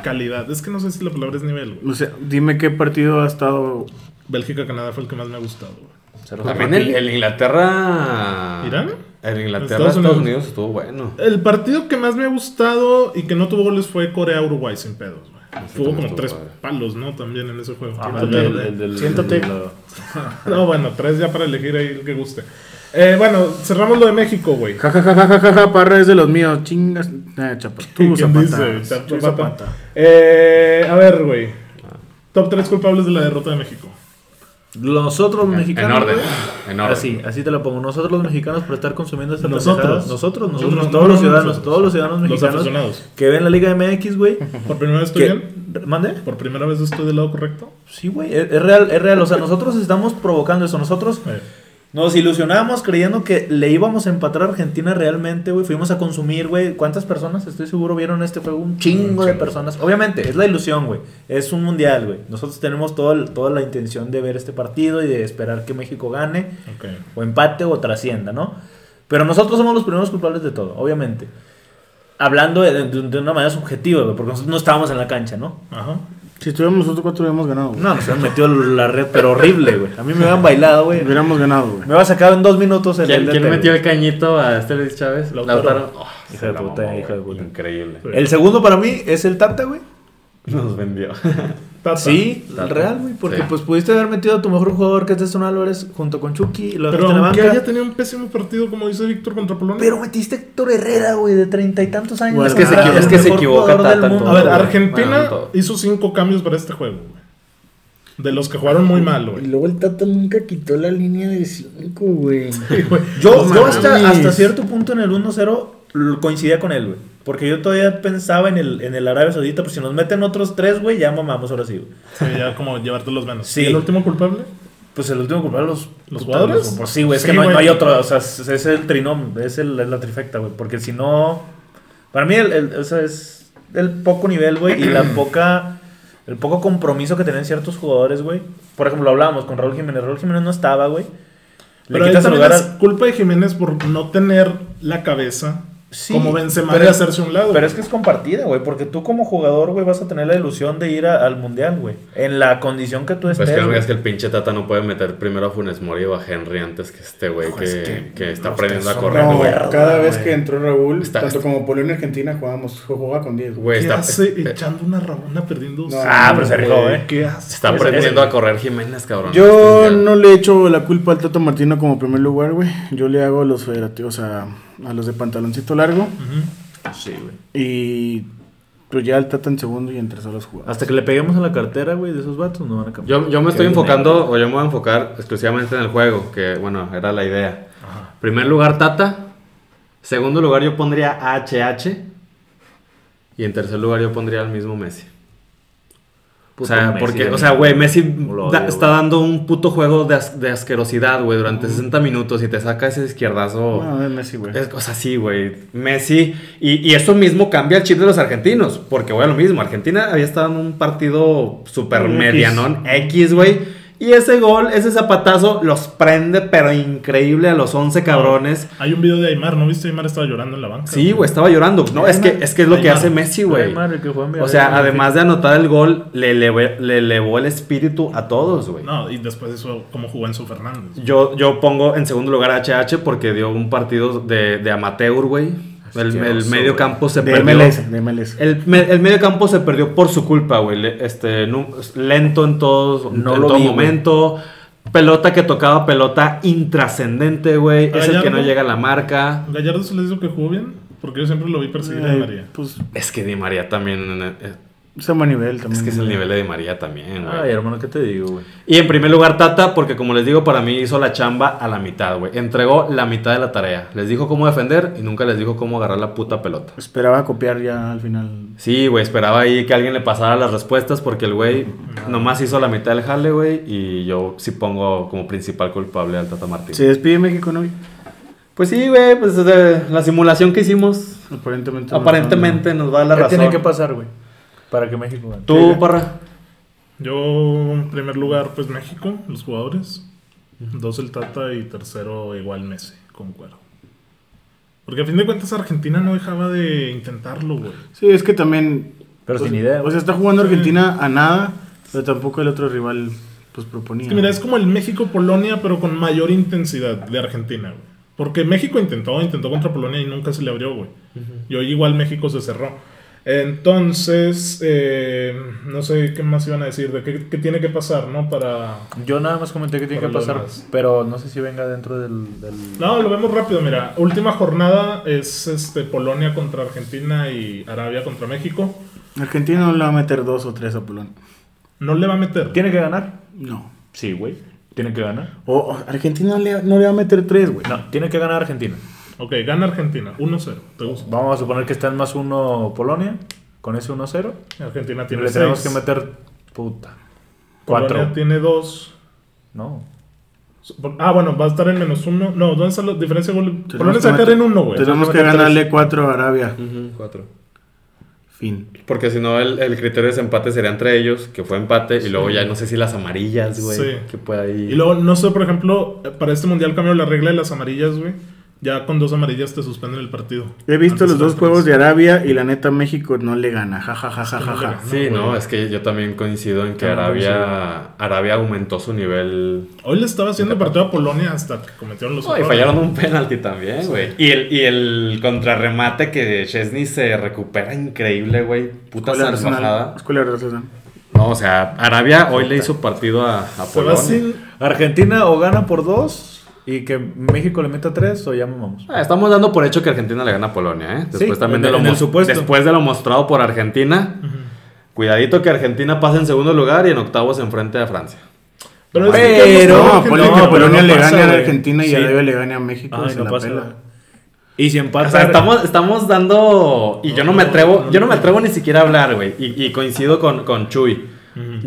Speaker 1: Calidad. Es que no sé si la palabra es nivel, güey.
Speaker 2: O sea, dime qué partido ha estado.
Speaker 1: Bélgica-Canadá fue el que más me ha gustado, güey.
Speaker 3: Cero
Speaker 4: También
Speaker 3: cero.
Speaker 4: el, el Inglaterra.
Speaker 1: ¿Irán?
Speaker 4: El Inglaterra,
Speaker 1: Estados
Speaker 4: Estados,
Speaker 1: Unidos.
Speaker 4: Unidos. estuvo bueno.
Speaker 1: El partido que más me ha gustado y que no tuvo goles fue Corea-Uruguay sin pedos, güey. Tuvo
Speaker 4: también
Speaker 1: como
Speaker 4: estuvo
Speaker 1: tres
Speaker 4: padre.
Speaker 1: palos, ¿no? También en ese juego.
Speaker 3: Ah,
Speaker 1: Qué
Speaker 3: el,
Speaker 1: verde.
Speaker 3: del- el del-
Speaker 2: Siéntate.
Speaker 3: el del-
Speaker 1: No, bueno, tres ya para elegir ahí el que guste. Eh, bueno, cerramos lo de México, güey.
Speaker 2: Ja, ja, ja, ja, ja, ja, ja, parra es de los míos. Chingas. Eh, chapa, tú,
Speaker 1: ¿Quién
Speaker 2: Zapata.
Speaker 1: dice?
Speaker 2: Tú,
Speaker 1: Zapata. Eh, a ver, güey. Top 3 culpables de la derrota de México.
Speaker 3: Nosotros los
Speaker 4: En-
Speaker 3: mexicanos.
Speaker 4: en orden.
Speaker 3: güey.
Speaker 4: En orden.
Speaker 3: Así, así te lo pongo. Nosotros los mexicanos por estar consumiendo esta
Speaker 1: Nosotros.
Speaker 3: pendejada. Nosotros, nosotros,
Speaker 1: Nosotros,
Speaker 3: todos
Speaker 1: no,
Speaker 3: los
Speaker 1: no,
Speaker 3: ciudadanos,
Speaker 1: nosotros.
Speaker 3: todos los ciudadanos
Speaker 1: Los
Speaker 3: mexicanos
Speaker 1: aficionados.
Speaker 3: que ven la Liga MX, güey.
Speaker 1: Por primera vez estoy
Speaker 3: que-
Speaker 1: bien.
Speaker 3: ¿Mande?
Speaker 1: Por primera vez estoy del lado correcto.
Speaker 3: Sí, güey, es, es real, es real. O sea, nosotros estamos provocando eso. Nosotros
Speaker 1: Eh,
Speaker 3: nos ilusionamos creyendo que le íbamos a empatar a Argentina realmente, güey. Fuimos a consumir, güey. ¿Cuántas personas? Estoy seguro vieron este juego. Un chingo de personas. Obviamente, es la ilusión, güey. Es un mundial, güey. Nosotros tenemos todo el- toda la intención de ver este partido y de esperar que México gane
Speaker 1: ok.
Speaker 3: o empate o trascienda, ¿no? Pero nosotros somos los primeros culpables de todo, obviamente. Hablando de, de- de una manera subjetiva, güey, porque nosotros no estábamos en la cancha, ¿no?
Speaker 1: Ajá.
Speaker 2: Si estuviéramos nosotros cuatro hubiéramos ganado. güey.
Speaker 3: No, nos han metido la red, pero horrible, güey. A mí me habían bailado, güey. Me
Speaker 2: Hubiéramos ganado, güey.
Speaker 3: va sacado en dos minutos el
Speaker 4: ¿Quién,
Speaker 3: el
Speaker 4: quién
Speaker 3: DT,
Speaker 4: metió
Speaker 3: güey.
Speaker 4: el cañito a este Luis Chávez?
Speaker 1: Lautaro.
Speaker 4: Oh,
Speaker 3: Hijo
Speaker 4: se
Speaker 3: de
Speaker 4: la
Speaker 3: puta,
Speaker 4: mamó,
Speaker 3: hijo
Speaker 4: güey.
Speaker 3: de puta.
Speaker 4: Increíble.
Speaker 1: Sí.
Speaker 3: El segundo para mí es el Tata, güey.
Speaker 4: Nos vendió.
Speaker 1: Tata.
Speaker 3: Sí,
Speaker 4: Tata.
Speaker 3: el Real, güey. Porque
Speaker 4: Sí.
Speaker 3: pues pudiste haber metido a tu mejor jugador, que es Edson Álvarez, junto con Chucky. y
Speaker 1: Pero
Speaker 3: Lo dejaste en la
Speaker 1: aunque
Speaker 3: banca.
Speaker 1: haya tenido un pésimo partido, como dice Víctor, contra Polonia.
Speaker 3: Pero metiste a Héctor Herrera, güey, de treinta y tantos años.
Speaker 2: Güey, es
Speaker 4: que se
Speaker 3: Ah,
Speaker 4: equi- es
Speaker 3: el
Speaker 4: que se
Speaker 3: mejor
Speaker 4: equivoca
Speaker 3: jugador del
Speaker 4: Tata en
Speaker 3: mundo.
Speaker 4: todo,
Speaker 1: a ver,
Speaker 4: güey.
Speaker 1: Argentina
Speaker 4: Bueno, todo.
Speaker 1: hizo cinco cambios para este juego, güey. De los que jugaron muy mal, güey.
Speaker 2: luego el Tata nunca quitó la línea de 5, güey.
Speaker 3: Yo,
Speaker 2: No
Speaker 3: yo hasta,
Speaker 2: mames.
Speaker 3: hasta cierto punto en el 1-0 l- coincidía con él, güey. Porque yo todavía pensaba en el, en el Arabia Saudita, pero si nos meten otros tres, güey, ya mamamos ahora sí, güey.
Speaker 1: Sí, ya como llevarte los menos.
Speaker 3: Sí.
Speaker 1: ¿Y el último culpable?
Speaker 3: Pues el último culpable los,
Speaker 1: ¿Los jugadores?
Speaker 3: Pues sí, güey, es
Speaker 1: Sí,
Speaker 3: que no,
Speaker 1: güey.
Speaker 3: no hay otro, o sea, es es el trinomio, es, el- es la trifecta, güey, porque si no para mí el, el- o sea, es el poco nivel, güey, y la poca el poco compromiso que tienen ciertos jugadores, güey. Por ejemplo, lo hablábamos con Raúl Jiménez, Raúl Jiménez no estaba, güey. Le
Speaker 1: Pero ahí
Speaker 3: quitas el
Speaker 1: también
Speaker 3: lugar
Speaker 1: es
Speaker 3: al-
Speaker 1: culpa de Jiménez por no tener la cabeza
Speaker 3: Sí,
Speaker 1: como Benzema
Speaker 3: pero-
Speaker 1: de hacerse a un lado.
Speaker 3: Pero es que es compartida, güey, porque tú como jugador, güey, vas a tener la ilusión de ir a- al mundial, güey, en la condición que tú estés.
Speaker 4: Pues que no me
Speaker 3: güey.
Speaker 4: digas que el pinche Tata no puede meter primero a Funes Mori o a Henry antes que este güey que, que, está aprendiendo a correr,
Speaker 2: No,
Speaker 4: güey.
Speaker 2: cada vez
Speaker 3: güey.
Speaker 2: que entró Raúl,
Speaker 4: Está-
Speaker 2: tanto
Speaker 4: está-
Speaker 2: como Polonia y Argentina jugábamos, jugaba con 10. güey.
Speaker 1: ¿Qué
Speaker 4: Güey, está,
Speaker 1: hace
Speaker 4: eh,
Speaker 1: echando una rabona perdiendo?
Speaker 2: No.
Speaker 3: Ah, pero se rifó, güey.
Speaker 1: ¿Qué hace?
Speaker 4: está
Speaker 3: Ese-
Speaker 4: aprendiendo
Speaker 3: ese-
Speaker 4: a correr Jiménez, cabrón.
Speaker 2: Yo
Speaker 4: Este
Speaker 2: no le echo la culpa al Tato Martino como primer lugar, güey. Yo le hago a los federativos, a, a los de pantaloncito largo.
Speaker 1: Ujú.
Speaker 3: Sí, güey.
Speaker 2: Y pues ya al Tata en segundo y en tercero los jugadores.
Speaker 3: Hasta que le peguemos a la cartera, güey, de esos vatos, no van a cambiar.
Speaker 4: Yo, yo me estoy
Speaker 3: Qué
Speaker 4: enfocando, o yo me voy a enfocar exclusivamente en el juego, que bueno, era la idea.
Speaker 1: Ajá.
Speaker 4: Primer lugar, Tata. Segundo lugar, yo pondría a HH. Y en tercer lugar, yo pondría al mismo Messi.
Speaker 3: Puto
Speaker 4: o sea,
Speaker 3: Messi,
Speaker 4: porque,
Speaker 3: güey.
Speaker 4: o sea, güey, Messi
Speaker 3: Lo odio,
Speaker 4: da-
Speaker 3: güey.
Speaker 4: está dando un puto juego de, as- de asquerosidad, güey, durante 60 minutos y te saca ese izquierdazo.
Speaker 2: No, es Messi, güey.
Speaker 4: Es- o sea, sí, güey. Messi. Y, y eso mismo cambia el chip de los argentinos. Porque, güey, lo mismo. Argentina había estado en un partido super
Speaker 2: X.
Speaker 4: medianón. X, güey. Y ese gol, ese zapatazo, los prende, pero increíble a los 11 cabrones.
Speaker 1: Hay un video de Aymar, ¿no viste? Aymar estaba llorando en la banca.
Speaker 4: Sí, güey, estaba llorando. No, es que es, que es lo que hace Messi, güey.
Speaker 3: Neymar, el que juega en
Speaker 4: O
Speaker 3: Villarreal,
Speaker 4: sea,
Speaker 3: güey.
Speaker 4: además de anotar el gol, le, eleve- le elevó el espíritu a todos, güey.
Speaker 1: No, y después de eso, cómo jugó Enzo Fernández.
Speaker 4: Yo, yo pongo en segundo lugar a HH porque dio un partido de, de amateur, güey. El, el
Speaker 1: Asqueroso,
Speaker 4: medio campo se
Speaker 2: de
Speaker 4: perdió.
Speaker 2: MLS, de MLS.
Speaker 4: El, me- el medio campo se perdió por su culpa, güey. Le- Este, nu- lento en, todos,
Speaker 3: No
Speaker 4: en
Speaker 3: lo
Speaker 4: todo
Speaker 3: vi, güey.
Speaker 4: momento. Pelota que tocaba, pelota intrascendente, güey. Es el que
Speaker 1: Gallardo.
Speaker 4: no llega a la marca.
Speaker 1: Gallardo se les dijo que jugó bien, porque yo siempre lo vi perseguir a
Speaker 2: Eh,
Speaker 1: María.
Speaker 2: Pues
Speaker 4: Es que Di María también. eh, eh,
Speaker 2: es a buen nivel también.
Speaker 4: Es que es
Speaker 3: Mm.
Speaker 4: el nivel de Di María también, güey.
Speaker 3: Ay, hermano, ¿qué te digo, güey?
Speaker 4: Y en primer lugar, Tata, porque como les digo, para mí hizo la chamba a la mitad, güey. Entregó la mitad de la tarea. Les dijo cómo defender y nunca les dijo cómo agarrar la puta pelota.
Speaker 2: Esperaba copiar ya al final.
Speaker 4: Sí, güey, esperaba ahí que alguien le pasara las respuestas porque el güey nomás hizo la mitad del jale, güey. Y yo sí pongo como principal culpable al Tata Martín.
Speaker 2: Se despide México, ¿no?
Speaker 4: Pues sí, güey, pues eh, la simulación que hicimos
Speaker 2: Aparentemente. no.
Speaker 4: aparentemente nos va a dar la
Speaker 3: ¿Qué
Speaker 4: razón.
Speaker 3: tiene que pasar, güey? Para que México gane.
Speaker 4: Tú, Parra.
Speaker 1: Yo, en primer lugar, pues México, los jugadores. Dos el Tata y tercero igual Messi, con cuero. Porque a fin de cuentas Argentina no dejaba de intentarlo, güey.
Speaker 2: Sí, es que también.
Speaker 3: Pero
Speaker 2: pues,
Speaker 3: sin idea,
Speaker 2: O
Speaker 3: güey.
Speaker 2: sea, está jugando Argentina a nada, pero tampoco el otro rival pues proponía.
Speaker 1: Es que mira, es como el México-Polonia, pero con mayor intensidad de Argentina, güey. Porque México intentó, intentó contra Polonia y nunca se le abrió, güey. Y hoy igual México se cerró. Entonces, eh, no sé qué más iban a decir, de qué, qué tiene que pasar, ¿no? Para...
Speaker 3: Yo nada más comenté que tiene que
Speaker 1: Para lo
Speaker 3: pasar,
Speaker 1: demás.
Speaker 3: pero no sé si venga dentro del. del-
Speaker 1: No, lo vemos rápido, mira. Última jornada es este, Polonia contra Argentina y Arabia contra México.
Speaker 2: Argentina no le va a meter dos o tres a Polonia.
Speaker 1: No le va a meter.
Speaker 3: ¿Tiene que ganar?
Speaker 2: No.
Speaker 3: Sí, güey. ¿Tiene que ganar?
Speaker 2: O o Argentina le- no le va a meter tres, güey.
Speaker 3: No, tiene que ganar Argentina.
Speaker 1: Ok, gana Argentina, 1-0. ¿Te gusta?
Speaker 3: Vamos a suponer que está en más uno Polonia, con ese 1-0.
Speaker 1: Argentina tiene
Speaker 3: Le tenemos
Speaker 1: 6.
Speaker 3: que meter. Puta.
Speaker 1: Polonia
Speaker 3: 4.
Speaker 1: tiene 2.
Speaker 3: No.
Speaker 1: Ah, bueno, va a estar en menos 1. No, ¿dónde está la diferencia de gol?
Speaker 2: Tenemos
Speaker 1: Polonia
Speaker 2: que
Speaker 1: se va a quedar
Speaker 2: meter-
Speaker 1: en 1, güey.
Speaker 2: Tenemos que
Speaker 1: meter
Speaker 2: ganarle cuatro a Arabia.
Speaker 4: cuatro.
Speaker 2: Fin.
Speaker 4: Porque si no, el, el criterio de desempate sería entre ellos, que fue empate, y luego ya no sé si las amarillas, güey.
Speaker 1: Sí.
Speaker 4: Que pueda ir.
Speaker 1: Y luego, no sé, por ejemplo, para este mundial cambió la regla de las amarillas, güey. Ya con dos amarillas te suspenden el partido.
Speaker 2: He visto
Speaker 1: Antes
Speaker 2: los dos
Speaker 1: eran
Speaker 2: juegos de
Speaker 1: tres.
Speaker 2: Arabia y la neta México no le gana. Ja, ja, ja, ja, ja,
Speaker 1: no le
Speaker 2: ja.
Speaker 1: gana.
Speaker 4: Sí,
Speaker 1: No,
Speaker 4: no,
Speaker 1: güey.
Speaker 4: es que yo también coincido en que
Speaker 3: No, no
Speaker 4: Arabia, Arabia aumentó su nivel.
Speaker 1: Hoy le estaba haciendo partido a Polonia hasta que cometieron los
Speaker 4: No, y
Speaker 1: errores.
Speaker 4: fallaron un penalti también, güey. Y el, y el contrarremate que Chesney se recupera increíble, güey. Puta
Speaker 2: Escuela Arsenal.
Speaker 4: salvajada.
Speaker 2: Escuela Arsenal.
Speaker 4: No, o sea, Arabia hoy le hizo partido a, a
Speaker 1: Se va
Speaker 4: Polonia.
Speaker 1: sin
Speaker 3: Argentina o gana por 2 y que México le meta 3 o ya mamamos.
Speaker 4: Ah, Estamos dando por hecho que Argentina le gana a Polonia, ¿eh? Después
Speaker 3: Sí,
Speaker 4: también
Speaker 3: en-
Speaker 4: de lo
Speaker 3: en el
Speaker 4: mos-
Speaker 3: supuesto.
Speaker 4: después de lo mostrado por Argentina. Cuidadito que Argentina pase en segundo lugar y en octavos enfrente a Francia.
Speaker 1: Pero, es
Speaker 3: Pero-
Speaker 1: que
Speaker 2: No,
Speaker 1: hemos
Speaker 2: a
Speaker 1: dado
Speaker 2: Polonia,
Speaker 1: Argentina,
Speaker 2: a Polonia
Speaker 1: pero no
Speaker 2: le
Speaker 1: pasa,
Speaker 2: gane a
Speaker 1: güey.
Speaker 2: Argentina y
Speaker 3: Sí.
Speaker 2: a Arabia le gane a México.
Speaker 3: Ay,
Speaker 2: se
Speaker 3: no
Speaker 2: la
Speaker 3: pasa
Speaker 2: pela.
Speaker 3: nada. Y si empata.
Speaker 4: O sea, estamos, estamos dando. Y yo no me atrevo.
Speaker 1: no,
Speaker 4: Yo no me
Speaker 1: no.
Speaker 4: atrevo ni siquiera a hablar, güey. Y, y coincido con, con Chuy.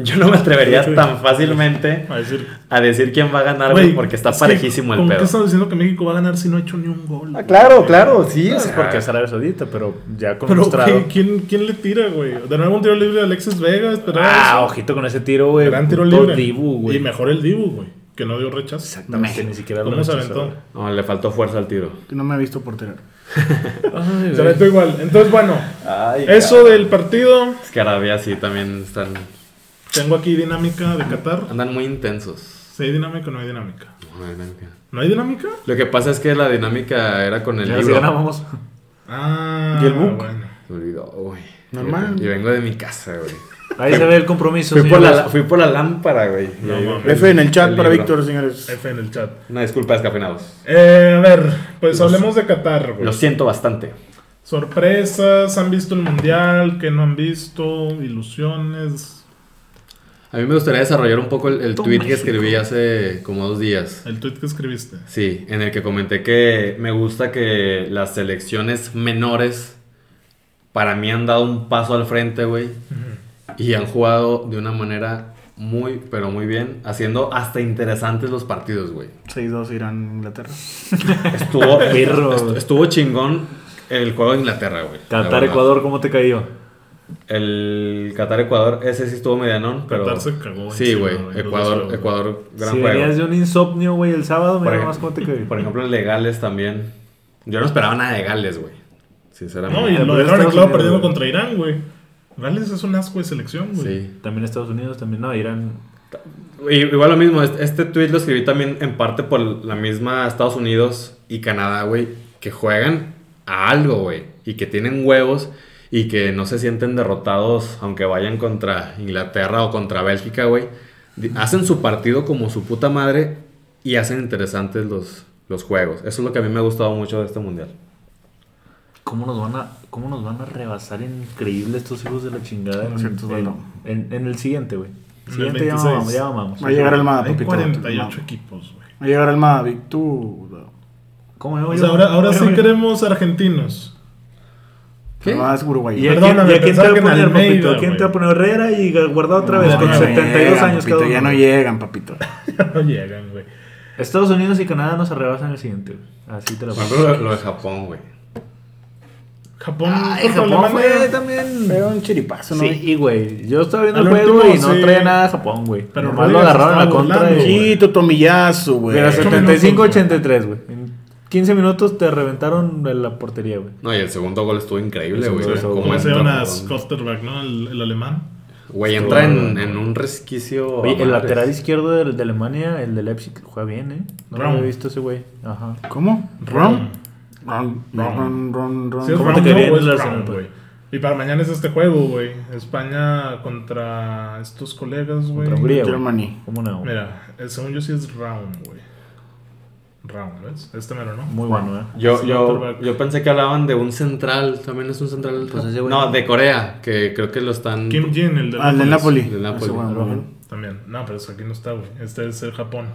Speaker 4: Yo no me atrevería tan fácilmente
Speaker 1: A decir,
Speaker 4: a decir quién va a ganar, güey,
Speaker 1: güey,
Speaker 4: porque está
Speaker 1: es que,
Speaker 4: parejísimo el
Speaker 1: ¿con qué
Speaker 4: pedo.
Speaker 1: estás diciendo que México va a ganar si no ha hecho ni un gol?
Speaker 4: Ah, claro, claro, sí.
Speaker 3: No,
Speaker 4: o
Speaker 3: es
Speaker 4: sea,
Speaker 3: porque es Arabia Saudita, pero ya con
Speaker 1: Pero,
Speaker 3: mostrado.
Speaker 1: güey, ¿quién, ¿quién le tira, güey? De nuevo un tiro libre de Alexis Vega, esperaba
Speaker 3: Ah,
Speaker 1: eso.
Speaker 3: ojito con ese tiro, güey.
Speaker 1: Gran tiro
Speaker 3: Puto
Speaker 1: libre.
Speaker 3: Dibu, güey.
Speaker 1: y mejor el Dibu, güey, que no dio rechazo.
Speaker 3: Exactamente, ni siquiera lo
Speaker 1: ¿Cómo se
Speaker 3: rechazó,
Speaker 1: aventó?
Speaker 3: güey.
Speaker 4: No, le faltó fuerza al tiro.
Speaker 2: Que no me ha visto portero.
Speaker 3: Ay,
Speaker 1: Se
Speaker 3: güey.
Speaker 1: aventó igual. Entonces, bueno, eso del partido.
Speaker 4: Es que Arabia sí también están.
Speaker 1: Tengo aquí dinámica de Qatar.
Speaker 4: Andan muy intensos.
Speaker 1: ¿Si hay dinámica o no hay dinámica?
Speaker 4: No, no, no.
Speaker 1: ¿No hay dinámica?
Speaker 4: Lo que pasa es que la dinámica era con el
Speaker 3: Ya si
Speaker 4: libro.
Speaker 3: ganábamos.
Speaker 1: Ah,
Speaker 2: ¿Y el book?
Speaker 1: bueno.
Speaker 4: Me olvidó, güey.
Speaker 2: Normal.
Speaker 4: Y vengo de mi casa, güey.
Speaker 3: Ahí se ve el compromiso.
Speaker 4: Fui por, la,
Speaker 3: señores.
Speaker 4: fui por la lámpara, güey. Y
Speaker 1: No
Speaker 4: ahí-
Speaker 1: mames.
Speaker 2: F en el chat para
Speaker 4: libro.
Speaker 2: Víctor, señores.
Speaker 1: F en el chat.
Speaker 4: Una disculpa, descafeinados.
Speaker 1: Eh, a ver, pues hablemos de Qatar, güey.
Speaker 4: Lo siento bastante.
Speaker 1: Sorpresas, han visto el mundial, que no han visto, ilusiones.
Speaker 4: A mí me gustaría desarrollar un poco el, el
Speaker 3: Tú,
Speaker 4: tweet que
Speaker 3: México.
Speaker 4: escribí hace como dos días.
Speaker 1: El tweet que escribiste.
Speaker 4: Sí, en el que comenté que me gusta que las selecciones menores para mí han dado un paso al frente, güey. Y han jugado de una manera muy, pero muy bien, haciendo hasta interesantes los partidos, güey.
Speaker 2: 6-2 Irán, Inglaterra.
Speaker 4: Estuvo,
Speaker 3: Perro.
Speaker 4: estu- estuvo chingón el juego de Inglaterra, güey. la
Speaker 3: Qatar,
Speaker 4: verdad.
Speaker 3: Ecuador, ¿cómo te cayó?
Speaker 4: El Qatar-Ecuador, ese sí estuvo medianón, pero...
Speaker 1: Qatar se cagó
Speaker 4: Sí,
Speaker 1: encima,
Speaker 4: güey.
Speaker 1: güey,
Speaker 4: Ecuador,
Speaker 1: 2-0,
Speaker 4: Ecuador, gran
Speaker 3: si venías
Speaker 4: juego.
Speaker 3: de un insomnio, güey, el sábado,
Speaker 4: Por
Speaker 3: mira
Speaker 4: ej-
Speaker 3: nomás cómo te quedé.
Speaker 4: Por ejemplo, en legales también. Yo no esperaba nada de Gales, güey.
Speaker 1: No,
Speaker 4: Sinceramente.
Speaker 1: y lo
Speaker 3: Pero
Speaker 1: dejaron
Speaker 3: Estados
Speaker 1: claro
Speaker 3: Unidos,
Speaker 1: perdiendo
Speaker 3: güey.
Speaker 1: contra Irán, güey. Gales es un asco de selección, güey.
Speaker 4: Sí.
Speaker 3: También Estados Unidos, también, no, Irán.
Speaker 4: Y- Igual lo mismo, este- este tweet lo escribí también en parte por la misma Estados Unidos y Canadá, güey, que juegan a algo, güey, y que tienen huevos y que no se sienten derrotados aunque vayan contra Inglaterra o contra Bélgica, güey. Di- Hacen su partido como su puta madre y hacen interesantes los, los juegos. Eso es lo que a mí me ha gustado mucho de este mundial.
Speaker 3: ¿Cómo nos van a, cómo nos van a rebasar increíble estos hijos de la chingada?
Speaker 2: Lo
Speaker 3: en,
Speaker 2: siento,
Speaker 3: en-
Speaker 2: Osvaldo.
Speaker 3: en- en el siguiente, güey.
Speaker 1: el
Speaker 3: Siguiente ya
Speaker 1: 26.
Speaker 3: mamamos, ya mamamos.
Speaker 2: Va a llegar Almada,
Speaker 1: Hay
Speaker 2: papito.
Speaker 1: 48
Speaker 2: Va
Speaker 1: equipos, güey.
Speaker 2: a llegar Almada, Vic, tú.
Speaker 3: ¿Cómo yo?
Speaker 1: O sea, ahora, ahora sí queremos argentinos.
Speaker 4: ¿Qué?
Speaker 2: Más uruguayo.
Speaker 3: ¿Y a, quién,
Speaker 1: Perdóname,
Speaker 3: y a quién te
Speaker 1: pensaba
Speaker 3: va
Speaker 1: que
Speaker 3: a
Speaker 1: en
Speaker 3: poner,
Speaker 1: Almeida,
Speaker 3: papito? ¿A quién
Speaker 1: güey.
Speaker 3: te va a poner Herrera y guardado otra vez
Speaker 1: No,
Speaker 3: con
Speaker 1: no
Speaker 3: 72
Speaker 2: llegan,
Speaker 3: años
Speaker 2: papito,
Speaker 3: cada uno?
Speaker 2: Ya no llegan, papito.
Speaker 1: no llegan, güey.
Speaker 3: Estados Unidos y Canadá nos arrebasan el siguiente. güey. Así te lo
Speaker 4: Por
Speaker 3: pongo.
Speaker 4: ejemplo, lo, lo de Japón, güey.
Speaker 1: Japón. Eh,
Speaker 3: Ay,
Speaker 1: contra
Speaker 3: Japón fue
Speaker 1: Alemania.
Speaker 3: también.
Speaker 2: Pero un chiripazo, ¿no?
Speaker 3: Sí, y, güey. Yo estaba viendo el
Speaker 1: Al
Speaker 3: juego
Speaker 1: último,
Speaker 3: y no
Speaker 1: sí.
Speaker 3: traía nada de Japón, güey.
Speaker 1: Pero
Speaker 3: Pero Nomás lo
Speaker 1: Rodríguez
Speaker 3: agarraron a la
Speaker 1: estaba
Speaker 3: contra.
Speaker 1: volando,
Speaker 3: y-
Speaker 1: güey.
Speaker 2: Sí, tu tomillazo, güey.
Speaker 3: Pero
Speaker 1: Ocho
Speaker 3: 75-83, güey. En 15 minutos te reventaron de la portería, güey.
Speaker 4: No, y el segundo gol estuvo increíble,
Speaker 3: El
Speaker 4: güey.
Speaker 3: segundo gol.
Speaker 4: Cómo
Speaker 1: ¿Cómo se
Speaker 4: entra,
Speaker 1: llama
Speaker 4: cabrón.
Speaker 1: Scotterback, no? El, el alemán.
Speaker 4: Güey, entra en, en un resquicio.
Speaker 3: Oye,
Speaker 4: a
Speaker 3: el
Speaker 4: madres.
Speaker 3: lateral izquierdo del de Alemania, el de Leipzig, juega bien, ¿eh? No lo
Speaker 1: Raum.
Speaker 3: había visto ese güey. Ajá.
Speaker 2: ¿Cómo? ¿Ron? Ron, ron, ron, ron.
Speaker 1: Sí, es
Speaker 3: ¿Cómo
Speaker 1: Brown,
Speaker 3: te
Speaker 1: ¿no?
Speaker 3: quería
Speaker 1: O es
Speaker 3: en el
Speaker 1: Brown,
Speaker 3: Arsenal,
Speaker 1: güey? Y para mañana es este juego, güey. España contra estos colegas, güey.
Speaker 3: Contra Hungría, güey.
Speaker 2: Germany.
Speaker 3: ¿Cómo no?
Speaker 1: Mira, eh, según yo sí es round, güey. Round, ¿ves? Este mero, ¿no?
Speaker 3: Muy bueno, ¿eh?
Speaker 4: Yo,
Speaker 1: Sí,
Speaker 4: yo,
Speaker 1: quarterback.
Speaker 4: yo pensé que hablaban de un central. También es un central.
Speaker 3: Pues ese güey.
Speaker 4: no, de Corea, que creo que lo están.
Speaker 1: Kim Jin, Ah, el de
Speaker 2: Al del Napoli.
Speaker 4: Del Napoli.
Speaker 2: Ese, güey,
Speaker 4: Ajá.
Speaker 2: güey.
Speaker 1: También. No, pero eso aquí no está, güey. Este es el Japón.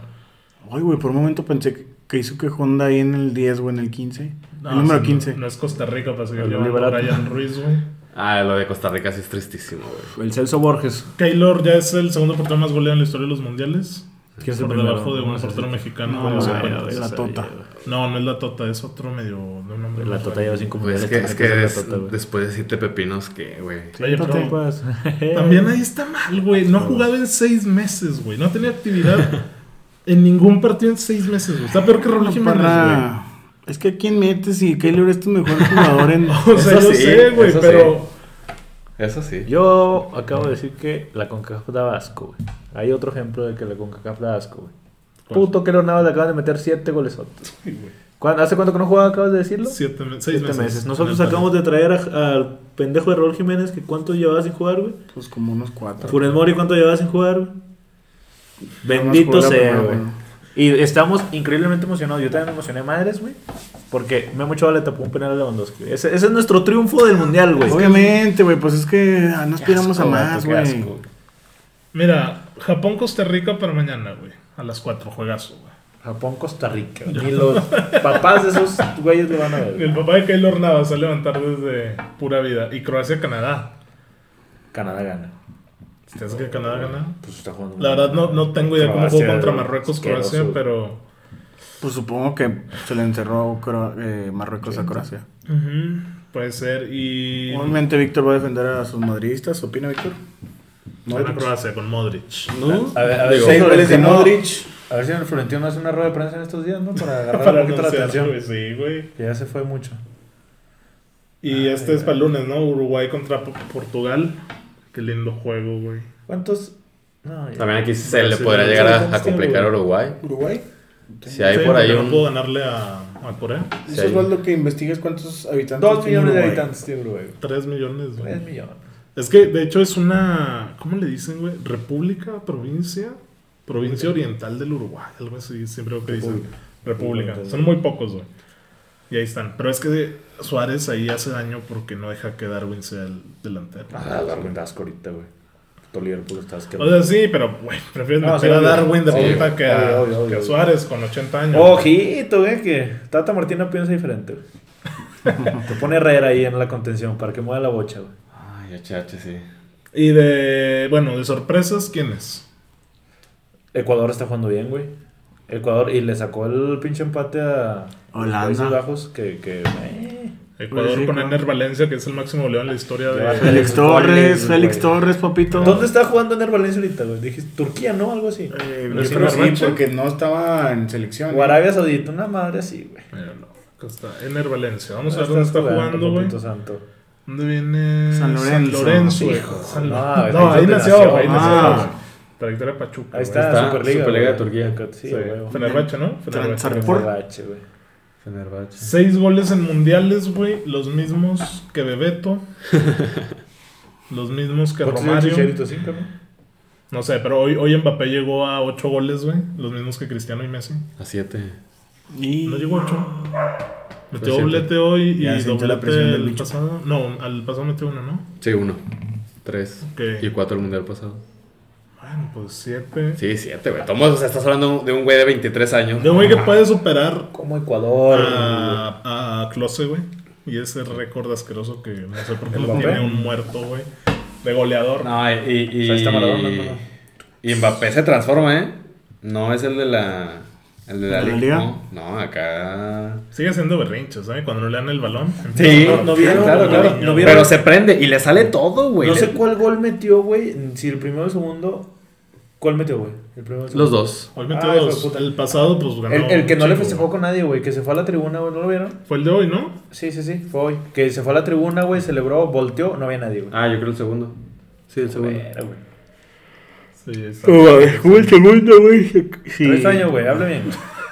Speaker 2: Ay, güey, por un momento pensé que- que hizo que Honda ahí en el 10 o en el 15.
Speaker 1: No,
Speaker 2: el número
Speaker 1: o sea,
Speaker 2: 15.
Speaker 1: Ah, No, no es Costa Rica para seguir
Speaker 3: El
Speaker 1: llevando a
Speaker 3: Oliver Atom.
Speaker 1: Brian Ruiz, güey.
Speaker 4: Ah, lo de Costa Rica sí es tristísimo, güey.
Speaker 3: El Celso Borges.
Speaker 1: Keylor ya es el segundo portero más goleado en la historia de los mundiales.
Speaker 3: ¿Quién es el
Speaker 1: por
Speaker 3: primero?
Speaker 1: debajo de
Speaker 3: No
Speaker 1: un
Speaker 3: sé
Speaker 1: portero
Speaker 3: si-
Speaker 1: mexicano.
Speaker 2: No,
Speaker 1: con
Speaker 2: no,
Speaker 1: los
Speaker 3: Ah,
Speaker 2: no,
Speaker 1: cincuenta.
Speaker 2: no,
Speaker 1: no,
Speaker 2: es la Tota.
Speaker 1: no, es la Tota, es otro medio. de un nombre
Speaker 3: La
Speaker 1: más
Speaker 3: Tota
Speaker 1: raro.
Speaker 3: lleva 5
Speaker 4: Pues
Speaker 3: mundiales.
Speaker 4: es que, es que
Speaker 3: también
Speaker 4: des-
Speaker 3: la Tota, güey.
Speaker 4: después de siete pepinos, que, güey.
Speaker 1: Oye, pero
Speaker 2: Tota.
Speaker 3: Pues,
Speaker 1: También ahí está mal, güey. No ha jugado en seis meses, güey. No ha tenido actividad en ningún partido en seis meses, güey. Está peor que Raúl
Speaker 2: No,
Speaker 1: Jiménez,
Speaker 2: parra.
Speaker 1: güey.
Speaker 2: Es que a quién metes y Keylor es tu mejor jugador en.
Speaker 1: O sea,
Speaker 4: Eso
Speaker 1: yo
Speaker 4: sí,
Speaker 1: sé, güey,
Speaker 4: eso
Speaker 1: pero.
Speaker 4: Eso sí.
Speaker 3: Yo acabo de decir que la CONCACAF daba asco, güey. Hay otro ejemplo de que la CONCACAF da asco, güey. Puto que los Navas le acaban de meter 7 goles. ¿Hace cuánto que no jugaba? ¿Acabas de decirlo?
Speaker 1: Siete, me- seis
Speaker 3: Siete
Speaker 1: meses.
Speaker 3: meses. Nosotros acabamos de traer a- al pendejo de Raúl Jiménez, que cuánto llevaba sin jugar, güey.
Speaker 2: Pues como unos cuatro.
Speaker 3: Funes Mori, cuánto llevaba sin jugar, güey.
Speaker 2: Nada
Speaker 3: Bendito
Speaker 2: más jugó la
Speaker 3: sea,
Speaker 2: primera,
Speaker 3: güey.
Speaker 2: güey.
Speaker 3: Y estamos increíblemente emocionados. Yo también me emocioné madres, güey. Porque Memo Ochoa le tapó un penal a Lewandowski. güey. Ese, ese es nuestro triunfo del mundial, güey.
Speaker 2: Obviamente, güey, pues es que ah, no
Speaker 4: Qué
Speaker 2: aspiramos a
Speaker 4: asco,
Speaker 2: más,
Speaker 4: vato, qué
Speaker 2: güey.
Speaker 4: asco.
Speaker 1: Mira, Japón-Costa Rica para mañana, güey. A las cuatro, juegazo, güey.
Speaker 3: Japón, Costa Rica. Ni los papás de esos güeyes le van a ver. güey.
Speaker 1: El papá de Keylor Navas a levantar desde pura vida. Y Croacia-Canadá.
Speaker 3: Canadá gana.
Speaker 1: ¿Ustedes que Canadá gana?
Speaker 3: Pues está jugando.
Speaker 1: La verdad, no, no tengo idea cómo jugó
Speaker 3: Croacia,
Speaker 1: contra Marruecos,
Speaker 3: asqueroso.
Speaker 1: Croacia, pero.
Speaker 2: Pues supongo que se le encerró Cro- eh, Marruecos a Croacia.
Speaker 1: Ujú, puede ser. Y.
Speaker 2: Obviamente, Víctor va a defender a sus madridistas. ¿Opina, Víctor? pues,
Speaker 1: Gana Croacia con Modric.
Speaker 4: ¿No?
Speaker 3: A ver, a ver,
Speaker 4: Digo,
Speaker 3: seis goles de
Speaker 2: Florentino-
Speaker 3: Modric. A ver si el Florentino hace una rueda de prensa en estos días, ¿no? Para agarrar
Speaker 1: Para
Speaker 3: un poquito la
Speaker 1: anunciar,
Speaker 3: atención.
Speaker 1: güey, Sí, güey.
Speaker 3: Que ya se fue mucho.
Speaker 1: Y este es para el lunes, ¿no? Uruguay contra P- Portugal. Qué lindo juego, güey.
Speaker 3: ¿Cuántos? No, ya.
Speaker 4: También aquí se le
Speaker 1: Sí,
Speaker 4: podrá
Speaker 1: sí,
Speaker 4: llegar
Speaker 3: sí,
Speaker 4: a, a
Speaker 3: sí,
Speaker 4: complicar a
Speaker 3: güey.
Speaker 4: Uruguay.
Speaker 2: ¿Uruguay?
Speaker 4: Si hay
Speaker 1: Sí,
Speaker 4: por ahí
Speaker 1: porque No puedo
Speaker 4: un.
Speaker 1: ganarle a, a Corea.
Speaker 4: Sí. Eso es
Speaker 2: lo que investigas cuántos habitantes.
Speaker 3: Dos millones de habitantes tiene Uruguay.
Speaker 1: Tres millones, güey.
Speaker 3: Tres millones.
Speaker 1: Es que, de hecho, es una... ¿Cómo le dicen, güey? República, provincia... Provincia Oriental del Uruguay. Algo así, siempre lo que dicen. República. Son muy pocos, güey. Y ahí están. Pero es que Suárez ahí hace daño porque no deja que Darwin sea el delantero.
Speaker 3: Ah, Darwin Dasco ahorita, güey. Tu Liverpool está
Speaker 1: O sea,
Speaker 3: asqueroso.
Speaker 1: sí, pero, güey, prefiero
Speaker 3: No,
Speaker 1: meter
Speaker 3: sí,
Speaker 1: a
Speaker 3: obvio.
Speaker 1: Darwin de
Speaker 4: Obvio,
Speaker 1: punta que, a,
Speaker 3: obvio, obvio,
Speaker 1: que a
Speaker 3: obvio. Oh,
Speaker 1: Suárez con 80 años.
Speaker 3: Ojito, güey, que Tata Martino piensa diferente, güey. Te pone Herrera ahí en la contención para que mueva la bocha, güey.
Speaker 4: Ay, HH, sí.
Speaker 1: Y de, bueno, de sorpresas, ¿quién es?
Speaker 3: Ecuador está jugando bien, güey. Ecuador y le sacó el pinche empate a los
Speaker 2: Holanda.
Speaker 3: Países Bajos que, que eh,
Speaker 1: Ecuador
Speaker 2: Pues sí,
Speaker 1: con
Speaker 2: claro.
Speaker 1: Ener Valencia, que es el máximo goleador en la historia de.
Speaker 4: Claro.
Speaker 2: Félix
Speaker 4: Félix
Speaker 2: Torres,
Speaker 4: Torres,
Speaker 2: Félix
Speaker 4: güey.
Speaker 2: Torres, papito.
Speaker 5: ¿Dónde está jugando Ener Valencia ahorita, güey? Dijiste Turquía, ¿no? Algo así.
Speaker 2: Eh,
Speaker 1: ¿No
Speaker 2: yo
Speaker 1: es
Speaker 2: creo que sí,
Speaker 1: Fenerbahce?
Speaker 2: porque no estaba en selección. ¿eh?
Speaker 5: O Arabia Saudita, una madre así, güey.
Speaker 1: Míralo, acá está, Ener Valencia. Vamos a ver dónde está jugando, güey.
Speaker 5: papito santo.
Speaker 1: ¿Dónde viene?
Speaker 2: San Lorenzo.
Speaker 1: Lorenzo, güey.
Speaker 5: Hijo, Ah,
Speaker 1: San-
Speaker 5: no,
Speaker 1: No,
Speaker 5: es
Speaker 1: ahí
Speaker 5: la
Speaker 1: nació, ahí
Speaker 5: internación.
Speaker 1: nació.
Speaker 2: Ah.
Speaker 1: güey. Trayectoria de Pachuca.
Speaker 5: Ahí
Speaker 1: güey.
Speaker 5: está,
Speaker 4: está,
Speaker 5: Superliga.
Speaker 4: Superliga
Speaker 5: güey.
Speaker 4: de Turquía.
Speaker 5: Sí,
Speaker 1: Sí.
Speaker 5: güey.
Speaker 1: Fenerbahce, ¿no? Fenerbahce.
Speaker 2: Transar-
Speaker 5: Fenerbahce, güey.
Speaker 4: Fenerbahce.
Speaker 1: Seis goles en mundiales, güey. Los mismos que Bebeto. los mismos que
Speaker 5: ¿Cuántos años
Speaker 1: Romario.
Speaker 5: Chicharito? Cinco, ¿no?
Speaker 1: No sé, pero hoy, hoy Mbappé llegó a ocho goles, güey. Los mismos que Cristiano y Messi.
Speaker 4: A 7.
Speaker 2: Y
Speaker 1: No llegó a ocho. Metió
Speaker 4: Por
Speaker 1: doblete hoy y
Speaker 2: Ya se hinchó la presión
Speaker 1: doblete
Speaker 2: del
Speaker 1: el
Speaker 2: bicho.
Speaker 1: pasado. No, al pasado metió uno, ¿no?
Speaker 4: Sí, 1. 3.
Speaker 1: Ok.
Speaker 4: Y 4 el mundial pasado.
Speaker 1: Bueno, pues siete.
Speaker 4: Sí, 7, güey. Tomás, o sea, estás hablando de un güey de 23 años.
Speaker 1: De un güey que puede superar
Speaker 5: Como Ecuador.
Speaker 1: Ah,
Speaker 5: güey.
Speaker 1: a, a Klose, güey. Y ese récord asqueroso que no sé por qué lo
Speaker 5: Mbappé?
Speaker 1: tiene un muerto, güey. De goleador.
Speaker 4: No, y. y,
Speaker 5: O sea, está Maradona, ¿no?
Speaker 4: y Mbappé se transforma, ¿eh? No es el de la. El de la,
Speaker 2: ¿De la
Speaker 4: liga.
Speaker 2: liga?
Speaker 4: No, no, acá.
Speaker 1: Sigue siendo berrinche, ¿sabes? Cuando no le dan el balón.
Speaker 4: Sí,
Speaker 5: no, no vieron,
Speaker 4: claro,
Speaker 5: no
Speaker 4: claro.
Speaker 5: vieron, Ah, no vieron.
Speaker 4: Pero se prende y le sale todo, güey.
Speaker 5: No
Speaker 4: Le-
Speaker 5: sé cuál gol metió, güey. Si el primero o el segundo. ¿Cuál metió, güey? El primero o el
Speaker 4: Los
Speaker 5: segundo.
Speaker 4: dos.
Speaker 1: Hoy metió
Speaker 5: Ah, hijo de
Speaker 1: dos.
Speaker 5: puta.
Speaker 1: El pasado, pues ganó.
Speaker 5: El, el que no
Speaker 1: un
Speaker 5: le
Speaker 1: chingo,
Speaker 5: festejó
Speaker 1: güey.
Speaker 5: con nadie, güey. Que se fue a la tribuna, güey. ¿No lo vieron?
Speaker 1: Fue el de hoy, ¿no?
Speaker 5: Sí, sí, sí. Fue hoy. Que se fue a la tribuna, güey. Celebró, volteó. No había nadie, güey.
Speaker 4: Ah, yo creo el segundo. Sí,
Speaker 1: Ah,
Speaker 4: el segundo.
Speaker 5: Era, güey.
Speaker 1: Sí, está.
Speaker 2: Oh, ¿Cómo el segundo, güey?
Speaker 5: Tres años, este güey. Habla bien.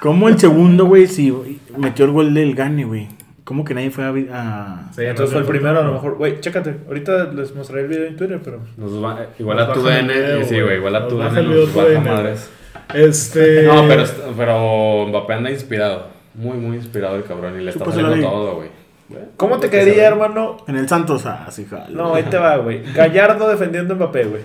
Speaker 2: ¿Cómo el segundo, güey, si metió el gol del Gane, güey? ¿Cómo que nadie fue a... vi- a-
Speaker 1: Sí,
Speaker 5: Entonces fue
Speaker 1: no le
Speaker 5: el
Speaker 1: fue-
Speaker 5: primero, a lo mejor. Güey, chécate. Ahorita les mostraré el video en Twitter, pero.
Speaker 4: Nos va- eh, igual
Speaker 1: Nos
Speaker 4: a tu
Speaker 1: bajan el
Speaker 4: DN.
Speaker 1: video,
Speaker 4: y sí,
Speaker 1: güey.
Speaker 4: güey, igual a
Speaker 1: Nos
Speaker 4: tu
Speaker 1: baja
Speaker 4: DN.
Speaker 1: el video
Speaker 4: Nos
Speaker 1: tu
Speaker 4: baja
Speaker 1: DN.
Speaker 4: madres.
Speaker 1: Este.
Speaker 4: No, pero, est- pero Mbappé anda inspirado. Muy, muy inspirado el cabrón. Y le está
Speaker 2: Chúpasela
Speaker 4: saliendo
Speaker 2: ahí.
Speaker 4: todo, güey.
Speaker 5: ¿Cómo te quedaría, hermano?
Speaker 2: En el Santos, ah, sí, jalo.
Speaker 5: No, ahí te va, güey. Gallardo defendiendo a Mbappé, güey.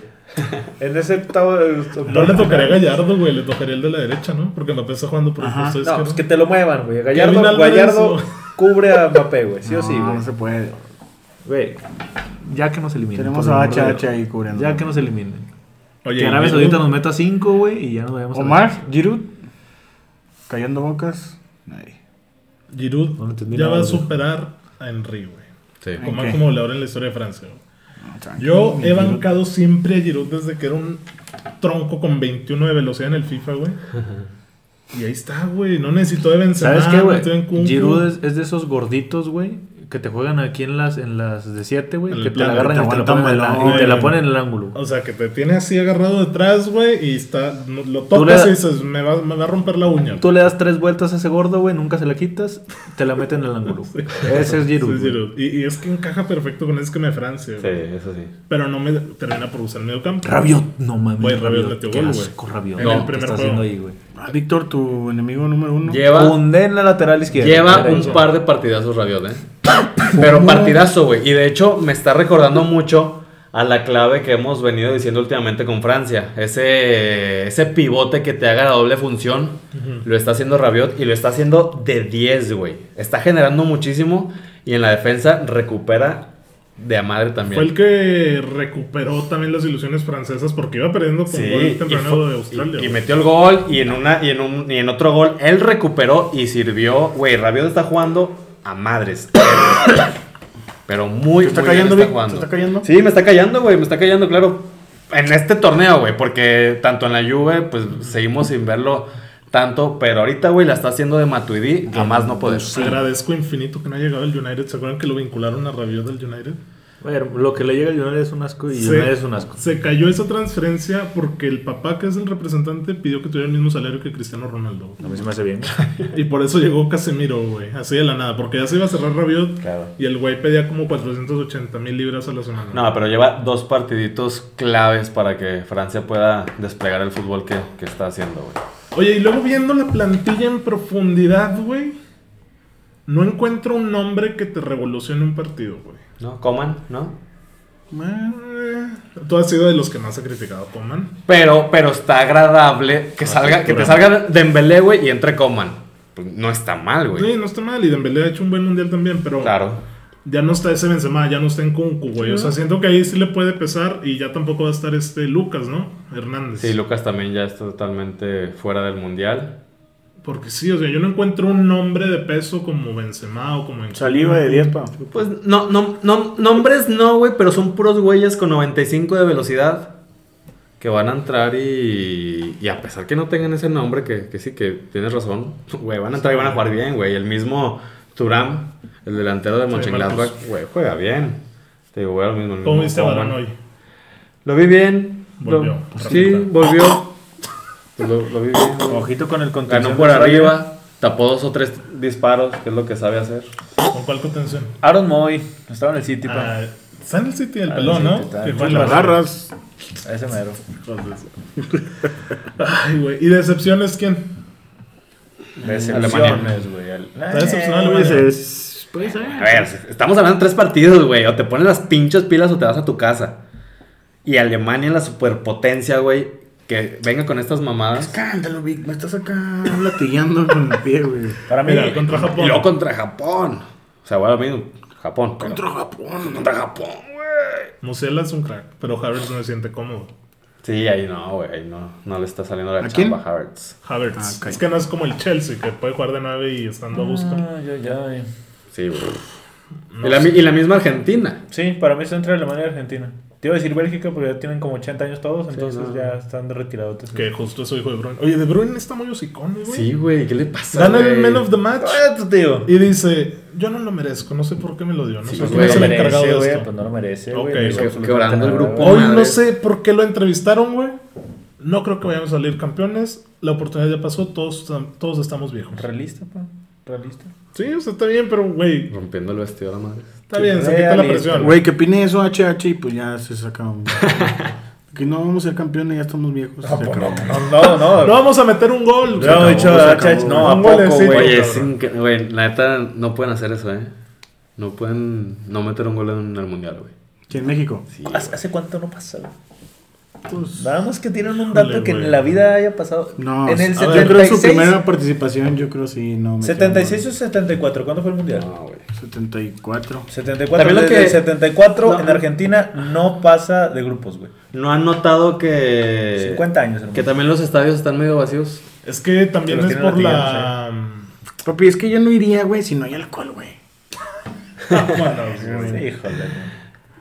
Speaker 5: En ese octavo. eh, octavo-
Speaker 1: No le tocaría a Gallardo, güey. Le tocaría el de la derecha, ¿no? Porque Mbappé está jugando por el
Speaker 2: Ajá.
Speaker 1: puesto
Speaker 5: No,
Speaker 1: izquierdo.
Speaker 5: pues que te lo muevan, güey.
Speaker 1: Kevin
Speaker 5: Gallardo,
Speaker 1: Álvarez
Speaker 5: Gallardo
Speaker 1: o-
Speaker 5: cubre a Mbappé, güey. Sí o
Speaker 2: No,
Speaker 5: sí,
Speaker 2: no
Speaker 5: güey.
Speaker 2: se puede.
Speaker 5: Güey, ya que nos eliminen.
Speaker 2: Tenemos
Speaker 5: por
Speaker 2: a
Speaker 5: el amor de
Speaker 2: HH
Speaker 5: Dios.
Speaker 2: ahí cubriendo.
Speaker 3: Ya que nos eliminen.
Speaker 1: Oye,
Speaker 3: que Arabia
Speaker 1: y-
Speaker 3: Saudita nos meta 5, güey, y ya nos vayamos a la-
Speaker 2: Omar, Giroud, callando bocas. Nadie.
Speaker 1: Giroud
Speaker 3: No entendí
Speaker 1: ya
Speaker 3: nada,
Speaker 1: va a
Speaker 3: güey.
Speaker 1: superar a Henry, güey.
Speaker 4: Sí.
Speaker 1: Como
Speaker 2: Ok.
Speaker 1: como goleador en la historia de Francia, güey.
Speaker 2: No, tranquilo,
Speaker 1: Yo
Speaker 2: mi
Speaker 1: he
Speaker 2: Giroud.
Speaker 1: bancado siempre a Giroud desde que era un tronco con 21 de velocidad en el FIFA, güey. Y ahí está, güey. No necesito de Benzema,
Speaker 3: ¿Sabes qué,
Speaker 1: no
Speaker 3: güey?
Speaker 1: necesito de Nkunku.
Speaker 3: Giroud es, es de esos gorditos, güey, que te juegan aquí en las, en las de 7, güey,
Speaker 1: En el
Speaker 3: que te
Speaker 1: plan,
Speaker 3: la
Speaker 2: te
Speaker 3: agarran y te la
Speaker 2: aguantan
Speaker 3: ponen en la-
Speaker 2: balón,
Speaker 3: y te la
Speaker 1: güey.
Speaker 3: ponen en el ángulo. güey.
Speaker 1: O sea, que te tiene así agarrado detrás, güey, y está, no- lo
Speaker 3: Tú
Speaker 1: tocas
Speaker 3: le-
Speaker 1: y dices, me va, me va a romper la uña.
Speaker 3: Tú le das tres vueltas a ese gordo, güey, nunca se la quitas, te la meten en el ángulo. Ese es
Speaker 1: Sí,
Speaker 3: Giroud. güey.
Speaker 1: Giroud. Y, y es que encaja perfecto con el esquema de Francia,
Speaker 4: Sí,
Speaker 1: güey.
Speaker 4: eso sí.
Speaker 1: Pero no me termina por usar el medio campo.
Speaker 3: Rabiot, no mames.
Speaker 1: Güey, Rabiot metió
Speaker 3: qué
Speaker 1: gol, güey.
Speaker 3: asco, Rabiot.
Speaker 1: En
Speaker 3: No,
Speaker 1: el
Speaker 3: ¿qué
Speaker 1: primer
Speaker 3: está
Speaker 1: juego.
Speaker 3: haciendo ahí, güey?
Speaker 2: Ah, Víctor, tu enemigo número uno.
Speaker 4: Lleva,
Speaker 3: Fundé en la lateral izquierda.
Speaker 4: lleva
Speaker 3: Derecho.
Speaker 4: un par de partidazos Rabiot, ¿eh? Pero partidazo, güey. Y de hecho, me está recordando mucho a la clave que hemos venido diciendo últimamente con Francia. Ese, ese pivote que te haga la doble función, lo está haciendo Rabiot y lo está haciendo de 10, güey. Está generando muchísimo y en la defensa recupera de a madre también.
Speaker 1: Fue el que recuperó también las ilusiones francesas porque iba perdiendo con
Speaker 4: Sí,
Speaker 1: gol
Speaker 4: y,
Speaker 1: temprano
Speaker 4: fue-
Speaker 1: de Australia.
Speaker 4: y- y
Speaker 1: güey.
Speaker 4: metió el gol y en una y en un y en otro gol él recuperó y sirvió. Güey, Rabiot está jugando a madres. Pero muy
Speaker 2: ¿Te está
Speaker 4: muy bien
Speaker 2: cayendo,
Speaker 4: está
Speaker 2: Vic?
Speaker 4: jugando.
Speaker 2: ¿Te está cayendo?
Speaker 4: Sí, me está cayendo, güey, me está cayendo, claro. En este torneo, güey, porque tanto en la Juve pues seguimos sin verlo tanto, pero ahorita, güey, la está haciendo de Matuidi, a más no poder.
Speaker 1: Agradezco infinito que no haya llegado el United. ¿Se acuerdan que lo vincularon a Rabiot del United?
Speaker 3: A ver, lo que le llega al United es un asco y United es un asco.
Speaker 1: se cayó esa transferencia porque el papá, que es el representante, pidió que tuviera el mismo salario que Cristiano Ronaldo.
Speaker 3: A mí se me hace bien.
Speaker 1: Y por eso llegó Casemiro, güey. Así de la nada. Porque ya se iba a cerrar Rabiot.
Speaker 4: Claro.
Speaker 1: Y el güey pedía como 480 mil libras a la semana.
Speaker 4: No, pero lleva dos partiditos claves para que Francia pueda desplegar el fútbol que, que está haciendo, güey.
Speaker 1: Oye, y luego viendo la plantilla en profundidad, güey. No encuentro un nombre que te revolucione un partido, güey.
Speaker 4: ¿No? Coman, ¿no?
Speaker 1: Eh, Tú has sido de los que más ha criticado, Coman.
Speaker 4: Pero, pero está agradable que
Speaker 1: Ah,
Speaker 4: salga, que te
Speaker 1: seguramente.
Speaker 4: salga Dembélé, güey, y entre Coman. Pues no está mal, güey.
Speaker 1: Sí, no está mal. Y Dembélé ha hecho un buen mundial también, pero...
Speaker 4: Claro.
Speaker 1: Ya no está ese Benzema, ya no está en Kunku, güey. O sea, siento que ahí sí le puede pesar y ya tampoco va a estar este Lucas, ¿no? Hernández.
Speaker 4: Sí, Lucas también ya está totalmente fuera del mundial.
Speaker 1: Porque sí, o sea, yo no encuentro un nombre de peso como Benzema o como...
Speaker 2: Saliva de 10, pa.
Speaker 4: Pues no, no, no, nombres no, güey, pero son puros güeyes con 95 de velocidad que van a entrar y, y a pesar que no tengan ese nombre, que, que sí, que tienes razón, güey, van a entrar y van a jugar bien, güey. El mismo Turam, el delantero de Mönchengladbach,
Speaker 1: Marcos.
Speaker 4: güey, juega bien. Te digo, güey, lo mismo. el
Speaker 1: ¿Cómo
Speaker 4: mismo
Speaker 1: viste a Varane
Speaker 4: Coman.
Speaker 1: hoy?
Speaker 4: Lo vi bien.
Speaker 1: Volvió.
Speaker 4: Lo- pues sí, volvió. Pues Lo, lo vi bien. güey.
Speaker 3: Ojito con el contenido.
Speaker 4: Ganó por arriba, tapó dos o tres disparos, que es lo que sabe hacer.
Speaker 1: ¿Con cuál contención?
Speaker 3: Aaron Moy. Estaba en el City, pa.
Speaker 1: Ah, está en el City el
Speaker 3: Ah,
Speaker 1: pelón,
Speaker 3: sí,
Speaker 1: ¿no?
Speaker 3: está.
Speaker 1: Que
Speaker 3: Sí,
Speaker 1: fue en
Speaker 2: Las
Speaker 1: la-
Speaker 2: garras.
Speaker 3: Ese mero.
Speaker 1: Ay, güey. ¿Y decepciones quién?
Speaker 4: Alemania.
Speaker 2: Mm,
Speaker 3: Decepciones, güey.
Speaker 1: Está decepcionado,
Speaker 2: Pues
Speaker 1: güey.
Speaker 2: es- puede ser.
Speaker 4: A ver, estamos hablando de tres partidos, güey. O te pones las pinches pilas o te vas a tu casa. Y Alemania, la superpotencia, güey, que venga con estas mamadas.
Speaker 2: Cántalo, Vic. Me estás acá latillando con el pie, güey.
Speaker 3: Para mí,
Speaker 1: Mira, contra
Speaker 4: Y
Speaker 1: Japón.
Speaker 4: luego contra Japón. O sea, bueno, mismo, Japón. pero-
Speaker 2: Contra Japón.
Speaker 4: contra Japón, güey.
Speaker 1: Musiala es un crack, pero Havertz no se siente cómodo.
Speaker 4: Sí, ahí no, güey. ahí No, no le está saliendo la
Speaker 2: ¿A
Speaker 4: chamba
Speaker 2: quién?
Speaker 4: a Havertz.
Speaker 1: Havertz.
Speaker 2: Ah, ok.
Speaker 1: Es que no es como el Chelsea, que puede jugar de 9 y estando a gusto.
Speaker 3: Ah, ya, ya, ya.
Speaker 4: Sí, güey. y, la, mi- y la misma Argentina.
Speaker 5: Sí, para mí está entre Alemania y Argentina. Te iba a decir Bélgica porque ya tienen como 80 años todos, entonces
Speaker 4: no.
Speaker 5: ya están retirados.
Speaker 1: Que justo es hijo de Bruyne. Oye, de Bruyne está muy hocicón, güey.
Speaker 4: Sí, güey. ¿Qué le pasa?
Speaker 1: Dan el
Speaker 4: güey?
Speaker 1: man of the
Speaker 5: Ah,
Speaker 1: match
Speaker 5: tu eh, tío.
Speaker 3: pues,
Speaker 5: Pues,
Speaker 1: y dice, yo no lo merezco, no sé por qué me lo dio, no
Speaker 4: Sí,
Speaker 1: sé
Speaker 4: güey.
Speaker 1: quién es el
Speaker 4: Lo
Speaker 1: encargado de esto.
Speaker 3: no lo merece,
Speaker 1: Ok,
Speaker 3: no hizo
Speaker 1: que-
Speaker 3: absolutamente
Speaker 4: quebrando
Speaker 3: nada,
Speaker 4: el grupo.
Speaker 3: güey.
Speaker 1: Hoy no
Speaker 4: Madres.
Speaker 1: sé por qué lo entrevistaron, güey. No creo que vayamos a salir campeones. La oportunidad ya pasó, todos, todos estamos viejos.
Speaker 5: Realista, pa. Realista.
Speaker 1: Sí, o sea, está bien, pero, güey,
Speaker 4: Rompiendo el vestido a la madre.
Speaker 1: está bien, se quita la presión.
Speaker 2: Güey, que opine eso HH y pues ya se sacaron. que no vamos a ser campeones, ya estamos viejos. se acabó.
Speaker 5: No, no,
Speaker 1: No vamos a meter un gol.
Speaker 5: Yo he dicho,
Speaker 2: se
Speaker 5: ah,
Speaker 2: acabó.
Speaker 5: chach, no, a
Speaker 1: Un
Speaker 5: poco,
Speaker 1: golecito.
Speaker 5: güey.
Speaker 4: Oye,
Speaker 1: cabrón.
Speaker 4: es inque- güey, la neta no pueden hacer eso, ¿eh? No pueden no meter un gol en el mundial, güey.
Speaker 2: Aquí en México.
Speaker 4: Sí,
Speaker 5: Ah,
Speaker 3: ¿Hace hace cuánto no pasa, güey?
Speaker 2: Pues,
Speaker 3: Nada más que tienen un dato
Speaker 1: Híjole,
Speaker 3: que
Speaker 1: güey.
Speaker 3: en la vida haya pasado.
Speaker 2: no,
Speaker 3: en el
Speaker 2: yo creo que su
Speaker 3: 76.
Speaker 2: primera participación, yo creo sí, no. metió
Speaker 5: 76 o 74, ¿cuándo fue el mundial?
Speaker 4: No, güey.
Speaker 2: gol. 74.
Speaker 5: 74,
Speaker 4: También lo
Speaker 5: desde
Speaker 4: que-
Speaker 5: el 74
Speaker 4: No.
Speaker 5: en Argentina no pasa de grupos, güey.
Speaker 4: ¿No han notado que.
Speaker 5: 50 años, hermano.
Speaker 4: Que también los estadios están medio vacíos.
Speaker 1: Es que también
Speaker 5: Los
Speaker 1: es
Speaker 5: tienen
Speaker 1: por
Speaker 5: latigados,
Speaker 1: la...
Speaker 2: Papi, es que yo no iría, güey, si no hay alcohol, güey.
Speaker 5: Sí, Híjole.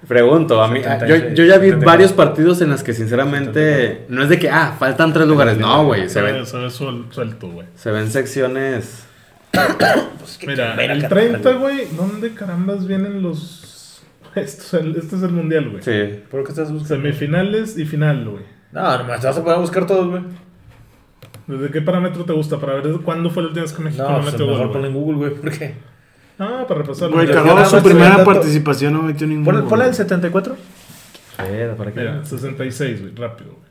Speaker 4: Pregunto, a mí. a- Yo,
Speaker 5: 76,
Speaker 4: yo ya vi
Speaker 5: 74.
Speaker 4: varios partidos en las que, sinceramente, no es de que, ah, faltan tres lugares. No, güey. Se ven,
Speaker 1: Se ve suel- suelto, güey.
Speaker 4: se ven secciones.
Speaker 5: Pues,
Speaker 1: Mira, el 30, güey, ¿dónde carambas vienen los... Esto es el, este es el mundial, güey.
Speaker 4: Sí.
Speaker 5: ¿Por qué estás buscando?
Speaker 1: Semifinales y final, güey.
Speaker 5: No, no me vas a poder buscar todos, güey.
Speaker 1: ¿Desde qué parámetro te gusta? Para ver cuándo fue la última vez que México
Speaker 5: No,
Speaker 1: no
Speaker 5: pues
Speaker 1: metió gol,
Speaker 5: mejor
Speaker 1: güey.
Speaker 5: ponlo en Google, güey. ¿Por qué?
Speaker 1: Ah, para repasar.
Speaker 2: Güey,
Speaker 5: yo
Speaker 2: cagó
Speaker 5: nada
Speaker 2: su
Speaker 5: más subí
Speaker 2: primera
Speaker 5: el dato.
Speaker 2: participación, no metió ningún
Speaker 5: Ponle,
Speaker 2: gol.
Speaker 5: ponle el 74.
Speaker 4: Espera, ¿para qué?
Speaker 1: Mira, 66, güey, rápido, güey.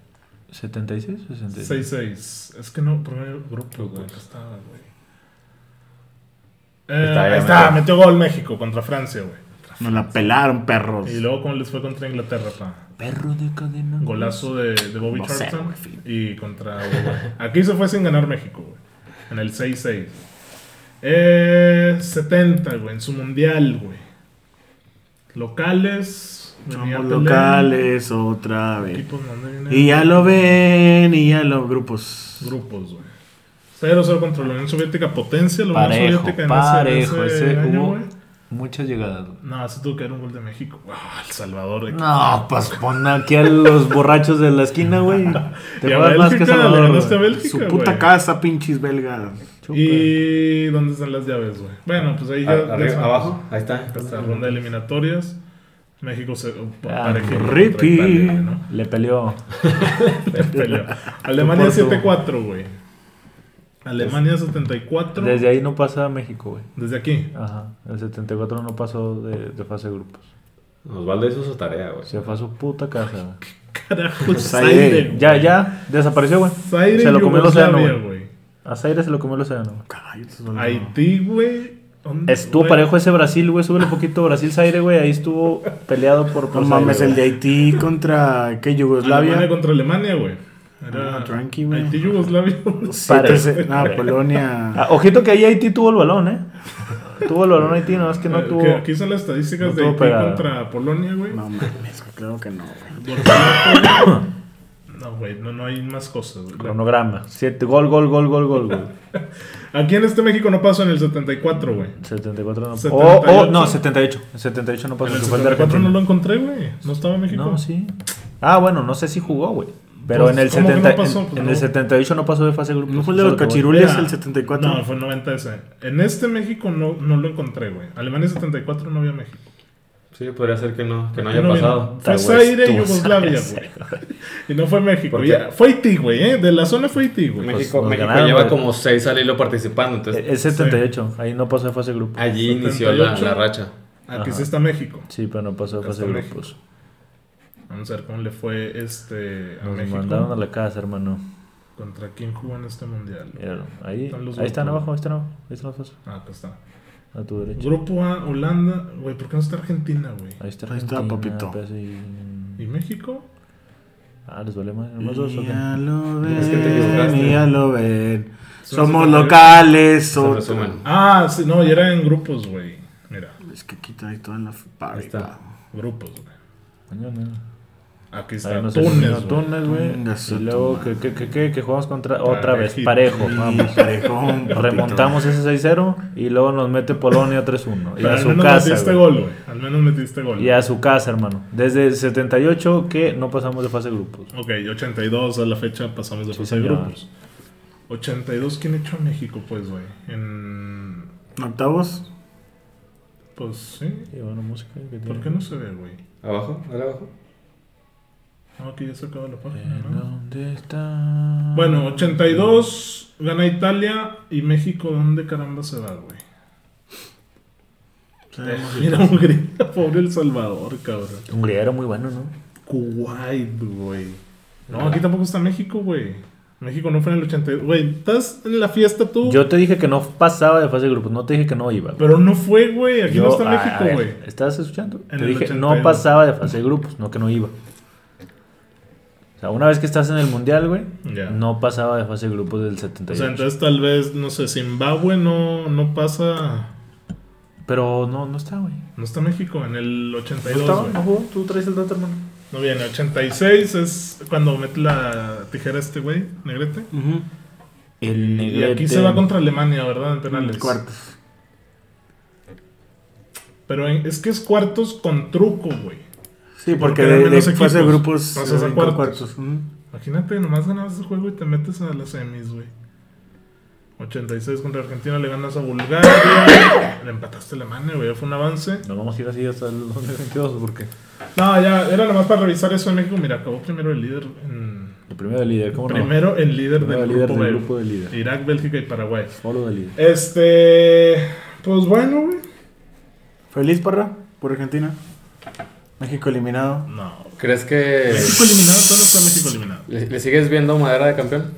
Speaker 3: ¿76? 66.
Speaker 1: 6-6. Es que no, primer grupo, güey. Acá estaba, güey. Eh,
Speaker 4: Está, ya
Speaker 1: ahí está,
Speaker 4: metió.
Speaker 1: metió gol México contra Francia, güey.
Speaker 2: Nos la pelaron, perros.
Speaker 1: Y luego, ¿cómo les fue contra Inglaterra, pa?
Speaker 3: Perro de cadena.
Speaker 1: Golazo de, de Bobby
Speaker 2: No sé,
Speaker 1: Charlton
Speaker 2: güey, fin.
Speaker 1: y contra Uruguay. Aquí se fue sin ganar México, güey. En el 6-6. Eh, 70, güey, en su mundial, güey. Locales. venía
Speaker 2: Somos
Speaker 1: Pelé,
Speaker 2: locales otra vez.
Speaker 1: Equipos, ¿dónde viene?
Speaker 2: Y ya lo ven, y ya los grupos.
Speaker 1: Grupos, güey. 0-0 contra la Unión Soviética, potencia. La Unión
Speaker 3: Parejo,
Speaker 1: Soviética en
Speaker 3: parejo,
Speaker 1: ese,
Speaker 3: ese
Speaker 1: año,
Speaker 3: hubo-
Speaker 1: güey.
Speaker 3: Muchas llegadas, güey.
Speaker 1: No, se tuvo que dar un gol de México. Ah, El Salvador. güey.
Speaker 3: No, pues pon aquí a los borrachos de la esquina, güey. Te
Speaker 1: Y a
Speaker 3: juegas más que
Speaker 1: Bélgica, le
Speaker 3: Salvador.
Speaker 1: ganaste a
Speaker 3: güey.
Speaker 1: Bélgica,
Speaker 2: Su puta
Speaker 1: güey.
Speaker 2: casa, pinches belgas.
Speaker 1: ¿Y dónde están las llaves, güey? Bueno, pues ahí ya.
Speaker 4: Arriba,
Speaker 1: ya sabemos.
Speaker 4: abajo, ahí está.
Speaker 1: Hasta la ronda de eliminatorias. México se. uh,
Speaker 3: Ah,
Speaker 1: parejito contra
Speaker 2: ripi.
Speaker 1: Italia, ¿no?
Speaker 3: Le peleó.
Speaker 1: Le peleó. Alemania
Speaker 3: Por tu-
Speaker 1: 7-4, güey. Alemania 74.
Speaker 3: Pues, Desde
Speaker 1: Desde,
Speaker 3: ahí no pasa México, güey.
Speaker 1: aquí.
Speaker 3: Ajá. El 74 no pasó de, de fase de grupos.
Speaker 4: Osvaldo hizo su tarea, güey.
Speaker 3: Se fue a su puta casa, güey.
Speaker 1: Carajo,
Speaker 2: Zaire.
Speaker 1: Zaire.
Speaker 3: Pues Ya, ya. Desapareció, güey.
Speaker 1: Zaire
Speaker 3: Se lo comió el océano,
Speaker 1: Yugoslavia,
Speaker 3: güey. A Zaire se lo comió el océano, güey.
Speaker 2: Caballo, estos son-
Speaker 1: Haití, güey. ¿Dónde,
Speaker 3: Estuvo
Speaker 1: Mm, güey?
Speaker 3: parejo ese Brasil, güey. Súbele poquito Brasil-Zaire, güey. Ahí estuvo peleado por.
Speaker 2: No
Speaker 3: por
Speaker 2: mames,
Speaker 3: Zaire,
Speaker 2: el de Haití contra ¿qué?
Speaker 1: Alemania
Speaker 2: Yugoslavia.
Speaker 1: contra Alemania, güey. Era
Speaker 2: Ah, tranqui, güey.
Speaker 1: Haití, Yugoslavia.
Speaker 3: Parejo.
Speaker 2: 7-0. No, Polonia.
Speaker 3: Ah, ojito que ahí Haití tuvo el balón, ¿eh? tuvo el balón Haití, no es que no
Speaker 1: Eh,
Speaker 3: tuvo.
Speaker 1: que aquí son las estadísticas
Speaker 3: no
Speaker 1: de
Speaker 3: tuvo
Speaker 1: Haití
Speaker 3: pegada.
Speaker 1: contra Polonia, güey.
Speaker 2: No mames, güey, claro que no, güey.
Speaker 1: Por cierto, güey, No, güey, no, no hay más cosas. güey.
Speaker 3: Cronograma. Siete, gol, gol, gol, gol, gol, gol.
Speaker 1: Aquí en este México no pasó en el 74, güey.
Speaker 3: 74 no pasó.
Speaker 1: 78.
Speaker 3: Oh, oh, no, 78. 78 no pasó.
Speaker 1: En el
Speaker 3: que fue el de
Speaker 1: 74 no
Speaker 3: Argentina.
Speaker 1: lo encontré, güey. No estaba en México.
Speaker 3: No, sí. Ah, bueno, no sé si jugó, güey. Pero en el,
Speaker 1: Entonces, ¿cómo que
Speaker 3: 70,
Speaker 1: no pasó?
Speaker 3: en-
Speaker 1: Pues
Speaker 3: en,
Speaker 1: no.
Speaker 3: el 78 no pasó de fase de grupos.
Speaker 2: ¿No fue el de los
Speaker 3: Eso es lo que voy.
Speaker 2: cachirules
Speaker 1: Mira,
Speaker 2: el 74?
Speaker 1: No, fue el 90 ese. En este México no, no lo encontré, güey. Alemania 74 no había México.
Speaker 4: Sí, podría ser que no, que no
Speaker 1: Aquí
Speaker 4: haya
Speaker 1: no había-
Speaker 4: pasado.
Speaker 1: Fue
Speaker 3: Está, güey,
Speaker 1: Zaire y
Speaker 3: estuvo
Speaker 1: Yugoslavia,
Speaker 3: Zaire,
Speaker 1: güey. Y no fue México.
Speaker 4: ¿Por
Speaker 1: Ya-
Speaker 4: qué?
Speaker 1: fue Haití, güey, ¿eh? De la zona fue Haití, güey.
Speaker 4: México,
Speaker 3: nos
Speaker 4: México
Speaker 3: ganaron,
Speaker 4: lleva
Speaker 3: güey.
Speaker 4: como seis al hilo participando, entonces
Speaker 1: Eh,
Speaker 3: El el 78, ahí no pasó de fase de grupos.
Speaker 4: allí inició la,
Speaker 1: 78.
Speaker 4: la racha.
Speaker 1: Aquí
Speaker 3: Ajá.
Speaker 1: Ah, sí está México.
Speaker 3: Sí, pero no pasó de fase de
Speaker 1: Hasta
Speaker 3: grupos.
Speaker 1: Vamos a ver cómo le fue este a
Speaker 3: Nos
Speaker 1: México.
Speaker 3: mandaron a la casa, hermano.
Speaker 1: ¿Contra quién jugó en este mundial?
Speaker 3: Míralo, Ahí,
Speaker 1: Están los
Speaker 3: ahí están
Speaker 1: grupos.
Speaker 3: abajo, ahí están abajo. Ahí están las fases.
Speaker 1: Ah, acá está.
Speaker 3: A tu derecha.
Speaker 1: Grupo A, Holanda. Güey, ¿por qué no está Argentina, güey?
Speaker 3: Ahí está,
Speaker 2: Ahí está,
Speaker 3: Argentina,
Speaker 2: papito.
Speaker 3: pues, y-
Speaker 1: ¿Y México?
Speaker 3: Ah, les vale más. ¿Más dos o qué?
Speaker 2: Ya lo ven,
Speaker 4: Es que te equivocaste.
Speaker 2: ya lo ven.
Speaker 1: Son
Speaker 2: Somos
Speaker 1: 79.
Speaker 2: locales.
Speaker 4: Se
Speaker 2: otro.
Speaker 4: resumen.
Speaker 1: Ah, sí, no, y era en grupos, güey. Mira,
Speaker 2: Es que quita ahí toda la
Speaker 4: Ahí está.
Speaker 2: parita.
Speaker 1: grupos, güey.
Speaker 3: Coño, no.
Speaker 1: Aquí
Speaker 3: Ahí
Speaker 1: está
Speaker 3: nos
Speaker 1: Túnez,
Speaker 3: eliminó
Speaker 1: güey.
Speaker 3: Túnez, güey.
Speaker 2: Venga, su
Speaker 3: Y luego
Speaker 2: madre.
Speaker 3: que, que, que, que, que jugamos contra otra vez,
Speaker 1: Parejito.
Speaker 3: parejo. Vamos.
Speaker 2: Parejón, papito.
Speaker 3: Remontamos ese 6-0 y luego nos mete Polonia 3-1. Y
Speaker 1: Pero
Speaker 3: a
Speaker 1: al
Speaker 3: su
Speaker 1: menos metiste
Speaker 3: casa. güey.
Speaker 1: gol, güey. Al menos metiste gol.
Speaker 3: Y a su casa, hermano. Desde el 78 que no pasamos de fase de grupos.
Speaker 1: Ok, 82 a la fecha pasamos de
Speaker 3: Sí,
Speaker 1: fase de
Speaker 3: señor.
Speaker 1: grupos. 82, ¿quién echó a México, pues, güey? En.
Speaker 2: Octavos.
Speaker 1: Pues sí.
Speaker 3: Y bueno, música que tiene.
Speaker 1: ¿Por qué no se ve, güey?
Speaker 4: ¿Abajo? ¿Ahora abajo?
Speaker 1: No, aquí Ah, ya se acaba la página,
Speaker 3: ¿En
Speaker 1: Ah, ¿no?
Speaker 3: ¿Dónde está?
Speaker 1: Bueno, 82 gana Italia y México, ¿dónde caramba se va, güey? Mira, Hungría, pobre El Salvador, cabrón.
Speaker 3: Hungría era muy bueno, ¿no?
Speaker 1: Kuwait, güey. No, aquí tampoco está México, güey. México no fue en el 82. Güey, estás en la fiesta tú.
Speaker 3: Yo te dije que no pasaba de fase de grupos, no te dije que no iba. güey.
Speaker 1: Pero no fue, güey. Aquí
Speaker 3: Yo-
Speaker 1: no está
Speaker 3: a- a
Speaker 1: México,
Speaker 3: ver,
Speaker 1: güey.
Speaker 3: ¿Estás escuchando?
Speaker 1: En
Speaker 3: te
Speaker 1: el
Speaker 3: dije,
Speaker 1: 82.
Speaker 3: no pasaba de fase de grupos, no que no iba. O sea, una vez que estás en el mundial, güey,
Speaker 1: Ya.
Speaker 3: no pasaba de fase de grupos del
Speaker 1: O
Speaker 3: 78.
Speaker 1: sea, entonces tal vez, no sé, Zimbabue no, no pasa.
Speaker 3: Pero no, no está, güey.
Speaker 1: No está México en el
Speaker 3: No
Speaker 1: 82,
Speaker 3: estaba,
Speaker 1: güey.
Speaker 3: no jugó. Tú traes el dato, hermano.
Speaker 1: No viene, 86 es cuando mete la tijera este güey, negrete.
Speaker 2: Ujú.
Speaker 3: El
Speaker 1: Y aquí se va contra Alemania, ¿verdad? En
Speaker 3: Mm,
Speaker 1: penales.
Speaker 2: Cuartos.
Speaker 1: Pero en- es que es cuartos con truco, güey.
Speaker 2: Sí,
Speaker 1: Porque
Speaker 2: porque
Speaker 1: eran
Speaker 2: de, de
Speaker 1: menos
Speaker 2: fase de
Speaker 1: equipos.
Speaker 2: grupos.
Speaker 1: Pasas a
Speaker 2: eh,
Speaker 1: cuartos.
Speaker 2: ujú.
Speaker 1: Imagínate, nomás ganabas ese juego y te metes a las semis, güey. 86 contra Argentina, le ganas a Bulgaria. le empataste a Alemania, güey. ya Fue un avance.
Speaker 3: No vamos a ir así hasta el 2022 porque
Speaker 1: No, ya, era nomás para revisar eso en México. Mira, acabó primero el líder en-
Speaker 3: el primero del líder, ¿cómo no?
Speaker 1: Primero el líder
Speaker 3: Primero
Speaker 1: del,
Speaker 3: el líder
Speaker 1: grupo,
Speaker 3: del
Speaker 1: B.
Speaker 3: grupo del líder.
Speaker 1: Irak, Bélgica y Paraguay.
Speaker 3: Solo del líder.
Speaker 1: Este. Pues bueno, güey.
Speaker 2: Feliz, Parra, por Argentina. México eliminado.
Speaker 1: No.
Speaker 4: ¿Crees que
Speaker 1: México
Speaker 3: Pues,
Speaker 1: eliminado, solo está México eliminado.
Speaker 4: le, le sigues viendo madera de campeón?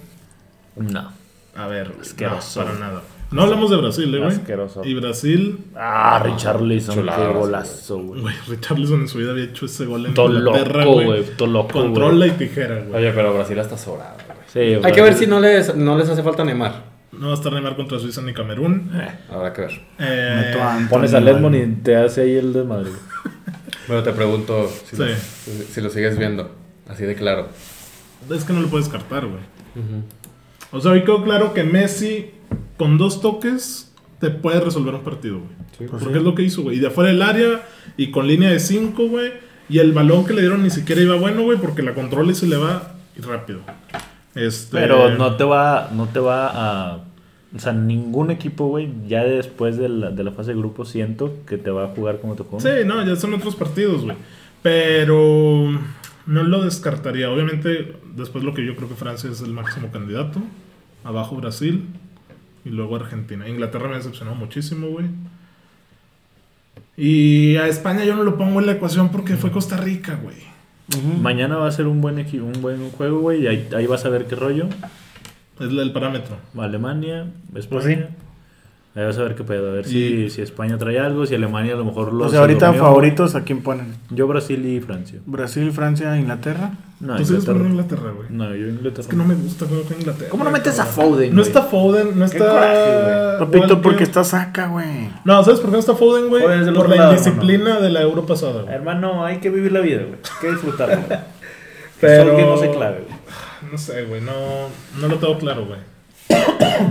Speaker 3: No.
Speaker 1: A ver, güey,
Speaker 3: Asqueroso.
Speaker 1: No, para nada. No hablamos de Brasil, eh, güey.
Speaker 3: Asqueroso.
Speaker 1: Y Brasil,
Speaker 3: Ah, Richarlison,
Speaker 4: chulada,
Speaker 3: qué golazo, güey.
Speaker 1: güey, Richarlison en su vida había hecho ese gol en
Speaker 3: Todo
Speaker 1: Inglaterra,
Speaker 3: loco,
Speaker 1: güey.
Speaker 3: güey. Todo loco, güey.
Speaker 1: Controla y tijera, güey.
Speaker 4: Oye, pero Brasil está sobrado, güey.
Speaker 3: Sí, güey.
Speaker 4: Hay que ver si no les, no les hace falta Neymar.
Speaker 1: No va a estar Neymar contra Suiza ni Camerún.
Speaker 4: Habrá que ver.
Speaker 1: Eh,
Speaker 2: Meto a Anthony
Speaker 3: Pones a Ledmon
Speaker 2: Valdés.
Speaker 3: y te hace ahí el desmadre. güey.
Speaker 4: Bueno, te pregunto si,
Speaker 1: Sí.
Speaker 4: lo, si- si lo sigues viendo. Así de claro.
Speaker 1: es que no lo puedes descartar, güey. O sea, hoy quedó claro que Messi, con dos toques, te puede resolver un partido, güey. Pues Porque es lo que hizo, güey. Y de afuera del área, y con línea de 5, güey. Y el balón que le dieron ni siquiera iba bueno, güey, porque la controla y se le va y rápido. Este,
Speaker 3: Pero no te va, no te va a. O sea, ningún equipo, güey, ya después de la, de la fase de grupo siento que te va a jugar como te juega.
Speaker 1: Sí, no, ya son otros partidos, güey. Pero no lo descartaría. Obviamente, después lo que yo creo que Francia es el máximo candidato. Abajo Brasil y luego Argentina. Inglaterra me decepcionó muchísimo, güey. Y a España yo no lo pongo en la ecuación porque fue Costa Rica, güey.
Speaker 3: Mañana va a ser un buen equi- un buen juego, güey. y Ahí, ahí vas a ver qué rollo.
Speaker 1: Es la- el parámetro.
Speaker 3: Alemania,
Speaker 2: Pues
Speaker 3: España. Ahí vas a ver qué pedo. A ver si,
Speaker 1: Y-
Speaker 3: si España trae algo, si Alemania a lo mejor lo.
Speaker 2: O sea, ahorita
Speaker 3: durmió.
Speaker 2: favoritos, ¿a quién ponen?
Speaker 3: Yo, Brasil y Francia.
Speaker 2: Brasil, Francia, Inglaterra.
Speaker 3: No,
Speaker 1: Tú sigues poniendo
Speaker 3: Inglaterra.
Speaker 1: Inglaterra, güey.
Speaker 3: No, yo Inglaterra.
Speaker 1: Es que no me gusta cómo juega Inglaterra.
Speaker 3: ¿Cómo no metes a
Speaker 1: cabrón.
Speaker 3: Foden,
Speaker 1: No
Speaker 3: güey?
Speaker 1: está Foden, no está.
Speaker 5: coraje,
Speaker 2: Papito,
Speaker 1: Walker.
Speaker 2: porque está saca, güey.
Speaker 1: No, ¿sabes por qué no está Foden, güey?
Speaker 3: Foden es del
Speaker 1: Por
Speaker 3: otro
Speaker 1: la
Speaker 3: lado,
Speaker 1: indisciplina de la Euro pasada, güey.
Speaker 3: Hermano, hay que vivir la vida, güey. Hay que disfrutarla.
Speaker 5: Pero...
Speaker 1: Pero-
Speaker 5: no se clave, güey.
Speaker 1: No sé, güey, no, no lo tengo claro, güey.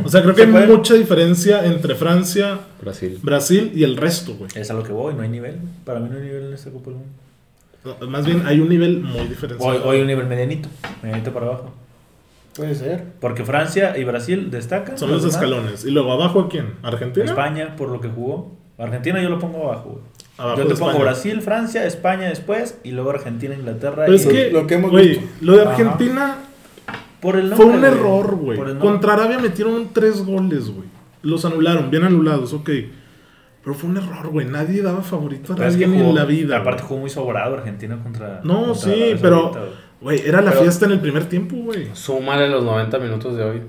Speaker 1: O sea, creo que
Speaker 5: ¿Se puede?
Speaker 1: hay mucha diferencia entre Francia,
Speaker 4: Brasil.
Speaker 1: Brasil y el resto, güey.
Speaker 5: Es a lo que voy, no hay nivel. güey. Para mí no hay nivel en esta Copa del Mundo.
Speaker 1: No, Más bien hay un nivel muy
Speaker 5: Hoy,
Speaker 1: diferenciado.
Speaker 5: hoy un nivel medianito, medianito para abajo.
Speaker 2: Puede ser.
Speaker 5: Porque Francia y Brasil destacan.
Speaker 1: Son los
Speaker 5: demás.
Speaker 1: escalones. ¿Y luego abajo a quién? ¿Argentina?
Speaker 5: España, por lo que jugó. Argentina yo lo pongo abajo, güey.
Speaker 1: Abajo
Speaker 5: yo te
Speaker 1: de
Speaker 5: pongo
Speaker 1: España.
Speaker 5: Brasil, Francia, España después y luego Argentina, Inglaterra.
Speaker 1: Pero
Speaker 5: y-
Speaker 1: es que,
Speaker 2: lo que hemos
Speaker 1: güey,
Speaker 2: visto.
Speaker 1: lo de
Speaker 5: Ajá.
Speaker 1: Argentina
Speaker 5: por el nombre,
Speaker 1: fue un
Speaker 5: güey.
Speaker 1: error, güey.
Speaker 5: Por el nombre.
Speaker 1: Contra Arabia metieron tres goles, güey. Los anularon, bien anulados, ok. Pero fue un error, güey. Nadie daba favorito a
Speaker 5: Pero es
Speaker 1: Arabia
Speaker 5: que
Speaker 1: ni en
Speaker 5: jugó-
Speaker 1: la vida.
Speaker 5: Aparte
Speaker 1: güey.
Speaker 5: jugó muy sobrado Argentina contra.
Speaker 1: No,
Speaker 5: contra
Speaker 1: sí,
Speaker 5: Arabia
Speaker 1: pero.
Speaker 5: Saudita, güey.
Speaker 1: Güey, era la
Speaker 5: Pero-
Speaker 1: fiesta en el primer tiempo, güey.
Speaker 4: Súmale los 90 minutos de hoy.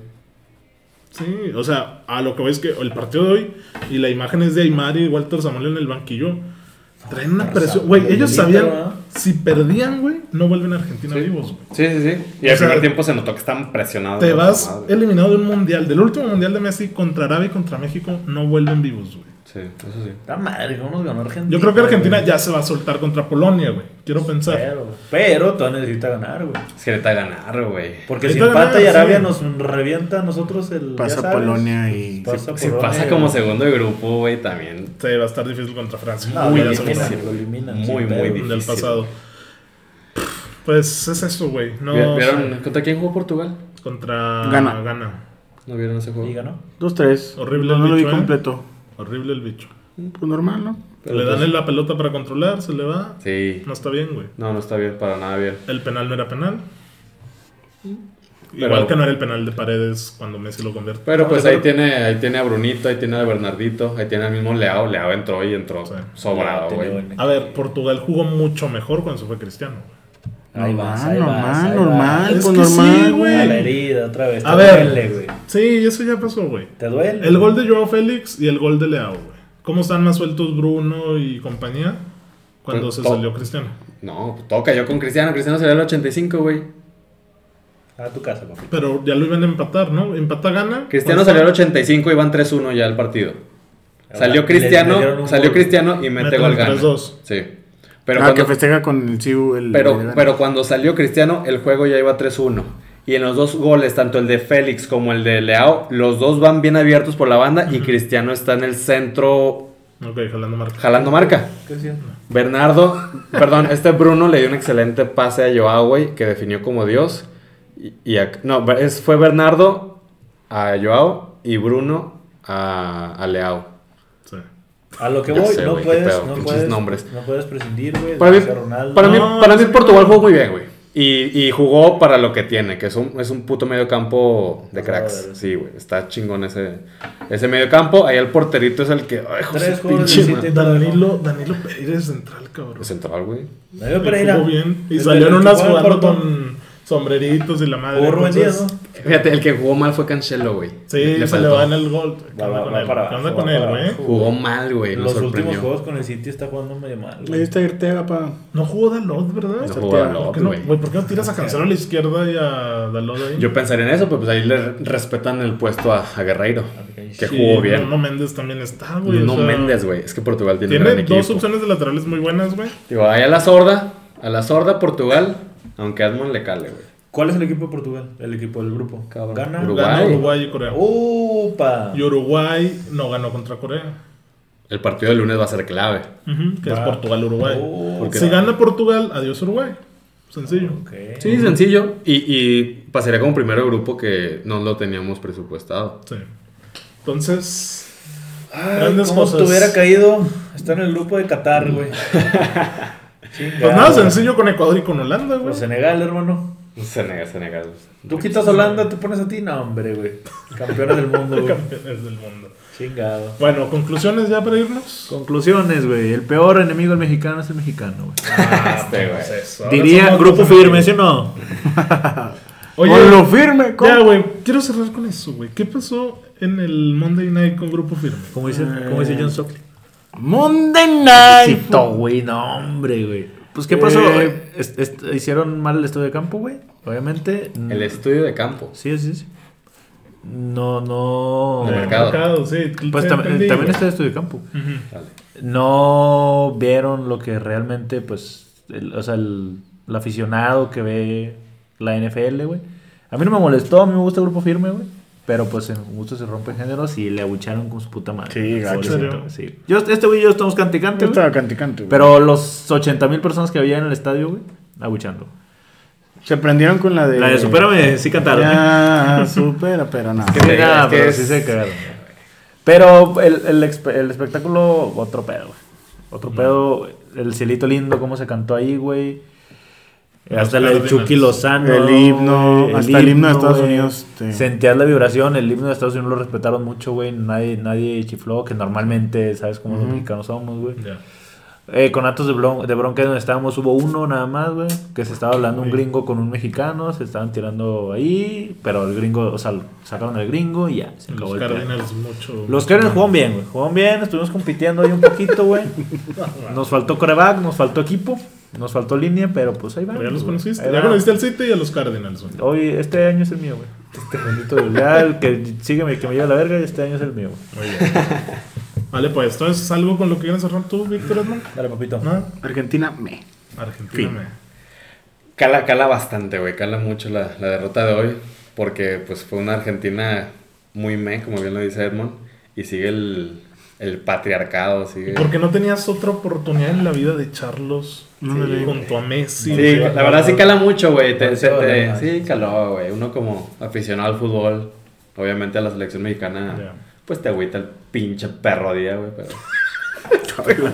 Speaker 1: Sí, o sea, a lo que voy es que el partido de hoy y la imagen es de Aymar y Walter Samuel en el banquillo. Traen una presión. Güey, ellos
Speaker 5: Samuel,
Speaker 1: sabían,
Speaker 5: ¿verdad?
Speaker 1: si perdían, güey, no vuelven a Argentina vivos, güey.
Speaker 4: Sí, sí, sí. Y
Speaker 1: O
Speaker 4: al
Speaker 1: sea,
Speaker 4: primer tiempo se notó que estaban
Speaker 5: Ah,
Speaker 4: presionados.
Speaker 1: Te
Speaker 4: la
Speaker 1: vas
Speaker 4: madre.
Speaker 1: eliminado de un mundial. Del último mundial de Messi contra Arabia y contra México, no vuelven vivos, güey.
Speaker 4: Sí, eso sí.
Speaker 5: Está madre, ¿cómo nos ganó Argentina?
Speaker 1: Yo creo que Argentina
Speaker 5: güey?
Speaker 1: ya se va a soltar contra Polonia, güey. Quiero pensar.
Speaker 5: Pero, pero todavía necesita ganar, güey.
Speaker 4: Es que necesita ganar, güey.
Speaker 5: Porque si
Speaker 1: Necesita
Speaker 5: empata
Speaker 1: ganar,
Speaker 5: y Arabia
Speaker 1: sí.
Speaker 5: nos revienta a nosotros
Speaker 3: Pues
Speaker 5: el.
Speaker 2: Pasa
Speaker 5: ya sabes.
Speaker 2: Polonia y-
Speaker 5: Pasa
Speaker 4: Si
Speaker 5: Polonia,
Speaker 4: pasa como
Speaker 5: güey.
Speaker 4: segundo de grupo, güey, también.
Speaker 1: Sí, va a estar difícil contra Francia.
Speaker 5: No,
Speaker 1: Muy
Speaker 5: lo
Speaker 1: difícil.
Speaker 5: eliminan, lo eliminan,
Speaker 4: Muy,
Speaker 5: sin
Speaker 4: muy
Speaker 5: pedo.
Speaker 4: difícil.
Speaker 1: Del pasado. Pues es eso, güey. No,
Speaker 4: ¿Vieron- ¿Vieron contra quién jugó Portugal?
Speaker 1: Contra
Speaker 2: Gana.
Speaker 1: Gana.
Speaker 4: ¿No vieron ese juego?
Speaker 5: Y ganó.
Speaker 2: Dos, tres.
Speaker 1: Horrible
Speaker 2: No,
Speaker 1: el
Speaker 2: no lo vi
Speaker 1: bicho, ¿eh?
Speaker 2: completo.
Speaker 1: Horrible el bicho.
Speaker 2: Pues normal, ¿no?
Speaker 4: Pero
Speaker 1: le dan
Speaker 4: pues-
Speaker 1: la pelota para controlar, se le va.
Speaker 4: Sí.
Speaker 1: No está bien, güey.
Speaker 4: No, no está bien, para nada bien.
Speaker 1: El penal no era penal.
Speaker 4: Pero-
Speaker 1: Igual que no era el penal de paredes cuando Messi lo convierte.
Speaker 4: Pero
Speaker 5: No,
Speaker 4: pues
Speaker 5: yo
Speaker 4: ahí
Speaker 5: creo-
Speaker 4: tiene, ahí tiene a Brunito, ahí tiene a Bernardito, ahí tiene al mismo Leao. Leao entró y entró
Speaker 1: Sí.
Speaker 4: sobrado,
Speaker 5: Tenía
Speaker 4: güey.
Speaker 5: buen
Speaker 1: A ver, Portugal jugó mucho mejor cuando se fue Cristiano. güey.
Speaker 5: Ahí
Speaker 2: normal,
Speaker 5: vas, ahí
Speaker 2: normal,
Speaker 5: vas, ahí
Speaker 2: normal,
Speaker 1: vas.
Speaker 2: pues
Speaker 1: Es que sí,
Speaker 2: normal,
Speaker 1: güey.
Speaker 5: A la herida otra vez. Te
Speaker 1: A ver.
Speaker 5: duele, güey.
Speaker 1: Sí, eso ya pasó, güey.
Speaker 5: Te duele.
Speaker 1: El gol de Joao Félix y el gol de Leao, güey. ¿Cómo están más sueltos Bruno y compañía cuando
Speaker 4: Pues,
Speaker 1: se
Speaker 4: to-
Speaker 1: salió Cristiano?
Speaker 4: No, pues toca yo con Cristiano. Cristiano sería el 85, güey.
Speaker 5: A tu casa, papi.
Speaker 1: Pero ya lo iban a empatar, ¿no? Empata gana.
Speaker 4: Cristiano
Speaker 5: Pues
Speaker 1: ¿Cuánto?
Speaker 4: salió el 85 y van 3-1 ya el partido. Salió
Speaker 5: Le- le dieron
Speaker 4: Cristiano,
Speaker 5: un
Speaker 4: salió
Speaker 5: gol.
Speaker 4: Cristiano y mete
Speaker 1: Meten
Speaker 4: gol
Speaker 1: el
Speaker 4: gana.
Speaker 1: 3-2.
Speaker 4: Sí. Pero,
Speaker 2: ah, que
Speaker 4: cuando,
Speaker 2: festeja con el Ciu el
Speaker 4: pero,
Speaker 2: el-
Speaker 4: pero cuando salió Cristiano, el juego ya iba 3-1. Y en los dos goles, tanto el de Félix como el de Leao, los dos van bien abiertos por la banda y Cristiano está en el centro
Speaker 1: Ok, jalando marca.
Speaker 4: jalando marca.
Speaker 5: ¿Qué decías?
Speaker 4: Bernardo, perdón, este Bruno le dio un excelente pase a Joao, güey, que definió como Dios. Y, y a- no, es- fue Bernardo a Joao y Bruno a, a Leao.
Speaker 1: Sí.
Speaker 5: A lo que
Speaker 4: Ya
Speaker 5: voy,
Speaker 4: sé,
Speaker 5: no,
Speaker 4: güey, qué pedo,
Speaker 5: puedes, no,
Speaker 4: pinches
Speaker 5: puedes,
Speaker 4: nombres.
Speaker 5: no puedes prescindir, güey. de
Speaker 4: Para mí,
Speaker 5: Cristiano Ronaldo.
Speaker 4: para mí,
Speaker 1: No,
Speaker 4: para mí
Speaker 1: sí.
Speaker 4: Portugal jugó muy bien, güey. Y, y jugó para lo que tiene, que es un, es un puto medio campo de cracks.
Speaker 5: Joder.
Speaker 4: Sí, güey, está chingón ese, ese medio campo. Ahí el porterito es el que... Ay, hijo de
Speaker 5: Tres
Speaker 4: su
Speaker 5: goles
Speaker 4: pinche
Speaker 5: del
Speaker 4: madre.
Speaker 5: City.
Speaker 1: Danilo, Danilo Pérez central, cabrón.
Speaker 4: Central, güey.
Speaker 5: Danilo
Speaker 1: Le
Speaker 5: Pereira.
Speaker 1: jugó bien. Y
Speaker 5: El-
Speaker 1: salieron
Speaker 5: el que
Speaker 1: unas
Speaker 5: juega en
Speaker 1: jugando
Speaker 5: Porto.
Speaker 1: con sombreritos y la madre.
Speaker 5: Jugó Rubén
Speaker 1: entonces-
Speaker 5: Díaz, ¿no?
Speaker 4: Fíjate, el que jugó mal fue Cancelo, güey.
Speaker 1: Sí, se le
Speaker 4: faltó.
Speaker 1: va en el gol. ¿Qué
Speaker 5: Va,
Speaker 1: onda
Speaker 5: va,
Speaker 1: con
Speaker 5: va
Speaker 1: él?
Speaker 5: para
Speaker 1: ¿Qué
Speaker 5: abajo,
Speaker 1: onda
Speaker 5: va
Speaker 1: con
Speaker 5: para
Speaker 1: él, güey?
Speaker 5: abajo.
Speaker 4: Jugó mal, güey. me
Speaker 5: Los
Speaker 4: sorprendió.
Speaker 5: últimos juegos con el City está jugando medio mal. güey.
Speaker 2: Ahí está Arteaga, pa.
Speaker 1: No jugó Dalot, ¿verdad?
Speaker 4: No jugó Dalot,
Speaker 1: ¿Por qué no-
Speaker 4: güey.
Speaker 1: Güey, ¿por qué no tiras a Cancelo a la izquierda y a Dalot ahí?
Speaker 4: Yo pensaría en eso, pero pues ahí le respetan el puesto a, a Guerreiro,
Speaker 5: Ah,
Speaker 4: que
Speaker 1: Sí,
Speaker 4: jugó bien.
Speaker 1: Nuno
Speaker 4: No,
Speaker 1: Méndez también está, güey. o sea,
Speaker 4: Méndez, güey. Es que Portugal tiene, un
Speaker 1: Tiene
Speaker 4: gran
Speaker 1: dos
Speaker 4: equipo.
Speaker 1: opciones de laterales muy buenas, güey.
Speaker 4: Digo, ahí a la sorda, a la sorda Portugal, aunque a Edmond le cale, güey.
Speaker 5: ¿Cuál es el equipo de Portugal? El equipo del grupo.
Speaker 4: Cabrón.
Speaker 5: Gana.
Speaker 4: Uruguay.
Speaker 1: Ganó Uruguay y Corea.
Speaker 5: ¡Upa!
Speaker 1: Y Uruguay no ganó contra Corea.
Speaker 4: El partido del lunes va a ser clave.
Speaker 1: Ujú, que es
Speaker 5: Va.
Speaker 1: Portugal-Uruguay.
Speaker 5: Oh,
Speaker 4: Porque-
Speaker 1: si gana Portugal, adiós Uruguay. Sencillo.
Speaker 5: ok.
Speaker 4: Sí, sencillo. Y, y pasaría como primero grupo que no lo teníamos presupuestado.
Speaker 1: Sí. Entonces,
Speaker 5: Ay,
Speaker 1: Grandes
Speaker 5: ¿Cómo
Speaker 1: cosas.
Speaker 5: te hubiera caído? Está en el grupo de Qatar, güey. Chingada,
Speaker 1: Pues nada,
Speaker 5: güey.
Speaker 1: sencillo con Ecuador y con Holanda,
Speaker 5: O
Speaker 4: Pues
Speaker 1: güey.
Speaker 5: Pues Senegal, hermano.
Speaker 4: Senegal, Senegal.
Speaker 5: Tú quitas Holanda, te pones a ti. No, hombre, güey. Campeones del mundo, güey.
Speaker 1: Campeones del mundo.
Speaker 5: Chingado.
Speaker 1: Bueno, conclusiones ya para irnos.
Speaker 3: Conclusiones, güey. El peor enemigo del mexicano es el mexicano, güey.
Speaker 4: Este, güey.
Speaker 1: Pues eso, ahora
Speaker 3: Diría
Speaker 1: somos
Speaker 3: grupo
Speaker 1: dos
Speaker 3: firme,
Speaker 1: amigos.
Speaker 3: ¿sí o no?
Speaker 2: Con lo
Speaker 1: Oye,
Speaker 2: firme, con...
Speaker 1: ya, güey, quiero cerrar con eso, güey. ¿Qué pasó en el Monday Night con grupo firme?
Speaker 3: Como dice, como
Speaker 5: Eh.
Speaker 3: dice John Sockley.
Speaker 2: Monday Night.
Speaker 3: Éxito, güey, no, hombre, güey. Pues, ¿qué pasó?
Speaker 2: Eh.
Speaker 3: Est- est- hicieron mal el estudio de campo, güey. Obviamente.
Speaker 4: El estudio de campo.
Speaker 3: Sí, sí, sí. No, no.
Speaker 4: El
Speaker 1: Eh,
Speaker 4: mercado.
Speaker 1: sí.
Speaker 3: Pues
Speaker 1: te
Speaker 3: tam-
Speaker 1: entendí,
Speaker 3: también
Speaker 1: güey.
Speaker 3: está el estudio de campo.
Speaker 1: Ujú.
Speaker 4: Dale.
Speaker 3: No vieron lo que realmente, pues. el- o sea, el el aficionado que ve la NFL, güey. A mí no me molestó, a mí me gusta el grupo firme, güey. Pero pues en gusto se rompen géneros y le abucharon con su puta madre.
Speaker 2: Sí, gacho.
Speaker 3: Pobrecito, güey, sí. Yo, este güey y yo estamos canticante,
Speaker 2: Yo estaba canticante, güey.
Speaker 3: Pero los 80 mil personas que había en el estadio, güey, abuchando.
Speaker 2: Se prendieron con la de.
Speaker 3: La de Supérame, sí cantaron. ¿eh?
Speaker 2: Ya, supera, pero no.
Speaker 3: Sí, nada,
Speaker 5: es que
Speaker 3: pero
Speaker 5: es-
Speaker 3: sí se cagaron. Pero el, el exp- el espectáculo, otro pedo, güey. Otro pedo, el cielito lindo, cómo se cantó ahí, güey.
Speaker 1: Los
Speaker 3: Hasta el
Speaker 1: Cardinals.
Speaker 3: Chucky Lozano.
Speaker 2: El himno,
Speaker 3: güey,
Speaker 2: hasta el himno de Estados
Speaker 3: güey.
Speaker 2: Unidos, este. sí.
Speaker 3: Sentías la vibración, el himno de Estados Unidos lo respetaron mucho, güey. Nadie, nadie chifló, que normalmente, ¿sabes cómo los
Speaker 2: Ujú.
Speaker 3: mexicanos somos, güey?
Speaker 1: Ya.
Speaker 3: Eh, con actos de, bron- de bronca donde estábamos, hubo uno nada más, güey, que se estaba hablando un gringo con un mexicano, se estaban tirando ahí, pero el gringo, o sea, sacaron al gringo y ya, se acabó
Speaker 1: Los
Speaker 3: el pedo.
Speaker 1: Cardinals mucho.
Speaker 3: Los Cardinals jugaron bien, güey, jugaron bien, estuvimos compitiendo ahí un poquito, güey. Nos faltó coreback, nos faltó equipo, nos faltó línea, pero pues ahí va.
Speaker 1: Ya los conociste.
Speaker 3: Ahí
Speaker 1: Ya
Speaker 3: va.
Speaker 1: conociste al City y a los Cardinals, güey.
Speaker 3: Hoy, este año es el mío, güey. Este bendito Dios, ya el que sígueme, que me lleva la verga, este año es el mío, güey.
Speaker 1: Muy bien. Vale, pues entonces algo con lo que quieras cerrar tú, Víctor Edmond.
Speaker 3: Dale, papito.
Speaker 1: ¿No?
Speaker 2: Argentina, me.
Speaker 1: Argentina.
Speaker 4: Fin.
Speaker 1: me-
Speaker 4: Cala, cala bastante, güey. Cala mucho la, la derrota de hoy. Porque pues fue una Argentina muy me, como bien lo dice Edmond. Y sigue el, el patriarcado,
Speaker 1: ¿Y
Speaker 4: sigue.
Speaker 1: por qué no tenías otra oportunidad en la vida de echarlos
Speaker 2: Ándale.
Speaker 1: junto a Messi?
Speaker 4: Sí, la verdad sí cala mucho, güey. Te-
Speaker 3: Por
Speaker 4: se-
Speaker 3: todo,
Speaker 4: te-
Speaker 3: ¿no?
Speaker 4: sí, caló, güey. Uno como aficionado al fútbol, obviamente a la selección mexicana,
Speaker 1: Ya.
Speaker 4: pues te agüita el pinche perro día, güey. Pero...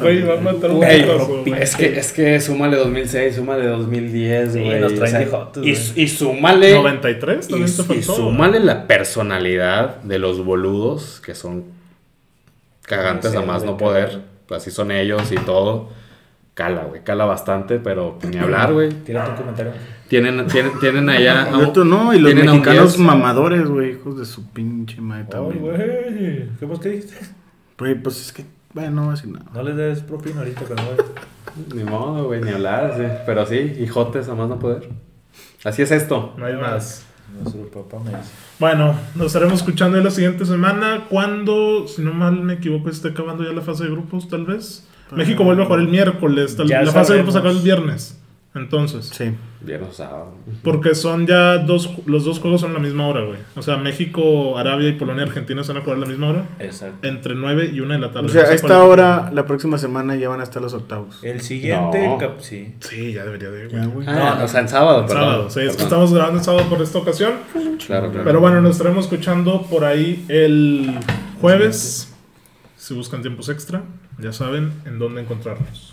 Speaker 1: Güey, va a matar un
Speaker 4: Güey,
Speaker 1: putazo, güey.
Speaker 4: es que, es que súmale 2006, súmale 2010,
Speaker 3: Sí,
Speaker 4: güey.
Speaker 3: nos traen
Speaker 4: o sea,
Speaker 3: viejotes,
Speaker 4: y,
Speaker 3: güey.
Speaker 4: y súmale.
Speaker 1: 93
Speaker 4: Y,
Speaker 1: también se
Speaker 4: y
Speaker 1: faltó.
Speaker 4: súmale la personalidad de los boludos que son cagantes
Speaker 3: Sí,
Speaker 4: a más
Speaker 3: güey,
Speaker 4: no poder. pues, Así son ellos y todo. Cala, güey. Cala bastante, pero pues, ni hablar, güey.
Speaker 3: Tira tu comentario.
Speaker 4: Tienen, tienen, tienen allá. a un-
Speaker 2: Y otro no, y los
Speaker 4: tienen a un
Speaker 2: mexicanos
Speaker 4: 10.
Speaker 2: mamadores, güey, hijos de su pinche madre también.
Speaker 5: güey. ¿Qué
Speaker 3: pues,
Speaker 5: más que dijiste?
Speaker 2: Güey, pues es que, bueno, no va a decir nada.
Speaker 5: No les des propina ahorita, que no
Speaker 4: Ni modo, güey, ni hablar. sí. Pero sí, hijotes a más no poder. Así es esto.
Speaker 1: No hay más.
Speaker 3: Nuestro papá me dice.
Speaker 1: Bueno, nos estaremos escuchando en la siguiente semana. Cuando, si no mal me equivoco, esté acabando ya la fase de grupos, tal vez.
Speaker 2: Ah,
Speaker 1: México vuelve a jugar el miércoles. tal-
Speaker 5: Ya
Speaker 1: la fase de grupos acaba
Speaker 5: sabremos.
Speaker 1: el viernes. Entonces,
Speaker 2: Sí.
Speaker 4: Viernes o sábado.
Speaker 1: porque son ya dos, ju- los dos juegos son a la misma hora, güey. O sea, México, Arabia y Polonia, Argentina se van a jugar a la misma hora.
Speaker 5: Exacto.
Speaker 1: Entre 9 y 1 de la tarde.
Speaker 2: O sea,
Speaker 1: No
Speaker 2: a
Speaker 1: sé
Speaker 2: esta
Speaker 1: cuál-
Speaker 2: hora, la próxima semana ya van a estar los octavos.
Speaker 5: El siguiente,
Speaker 4: No.
Speaker 5: cap- sí.
Speaker 1: Sí, ya debería de.
Speaker 2: Ya,
Speaker 1: güey.
Speaker 2: güey.
Speaker 4: Ah, o sea, en sábado, perdón.
Speaker 1: Sábado, sí, es que
Speaker 4: Perdón.
Speaker 1: estamos grabando el sábado por esta ocasión.
Speaker 4: Claro, claro.
Speaker 1: Pero bueno, nos estaremos escuchando por ahí el jueves. Si buscan tiempos extra, ya saben en dónde encontrarnos.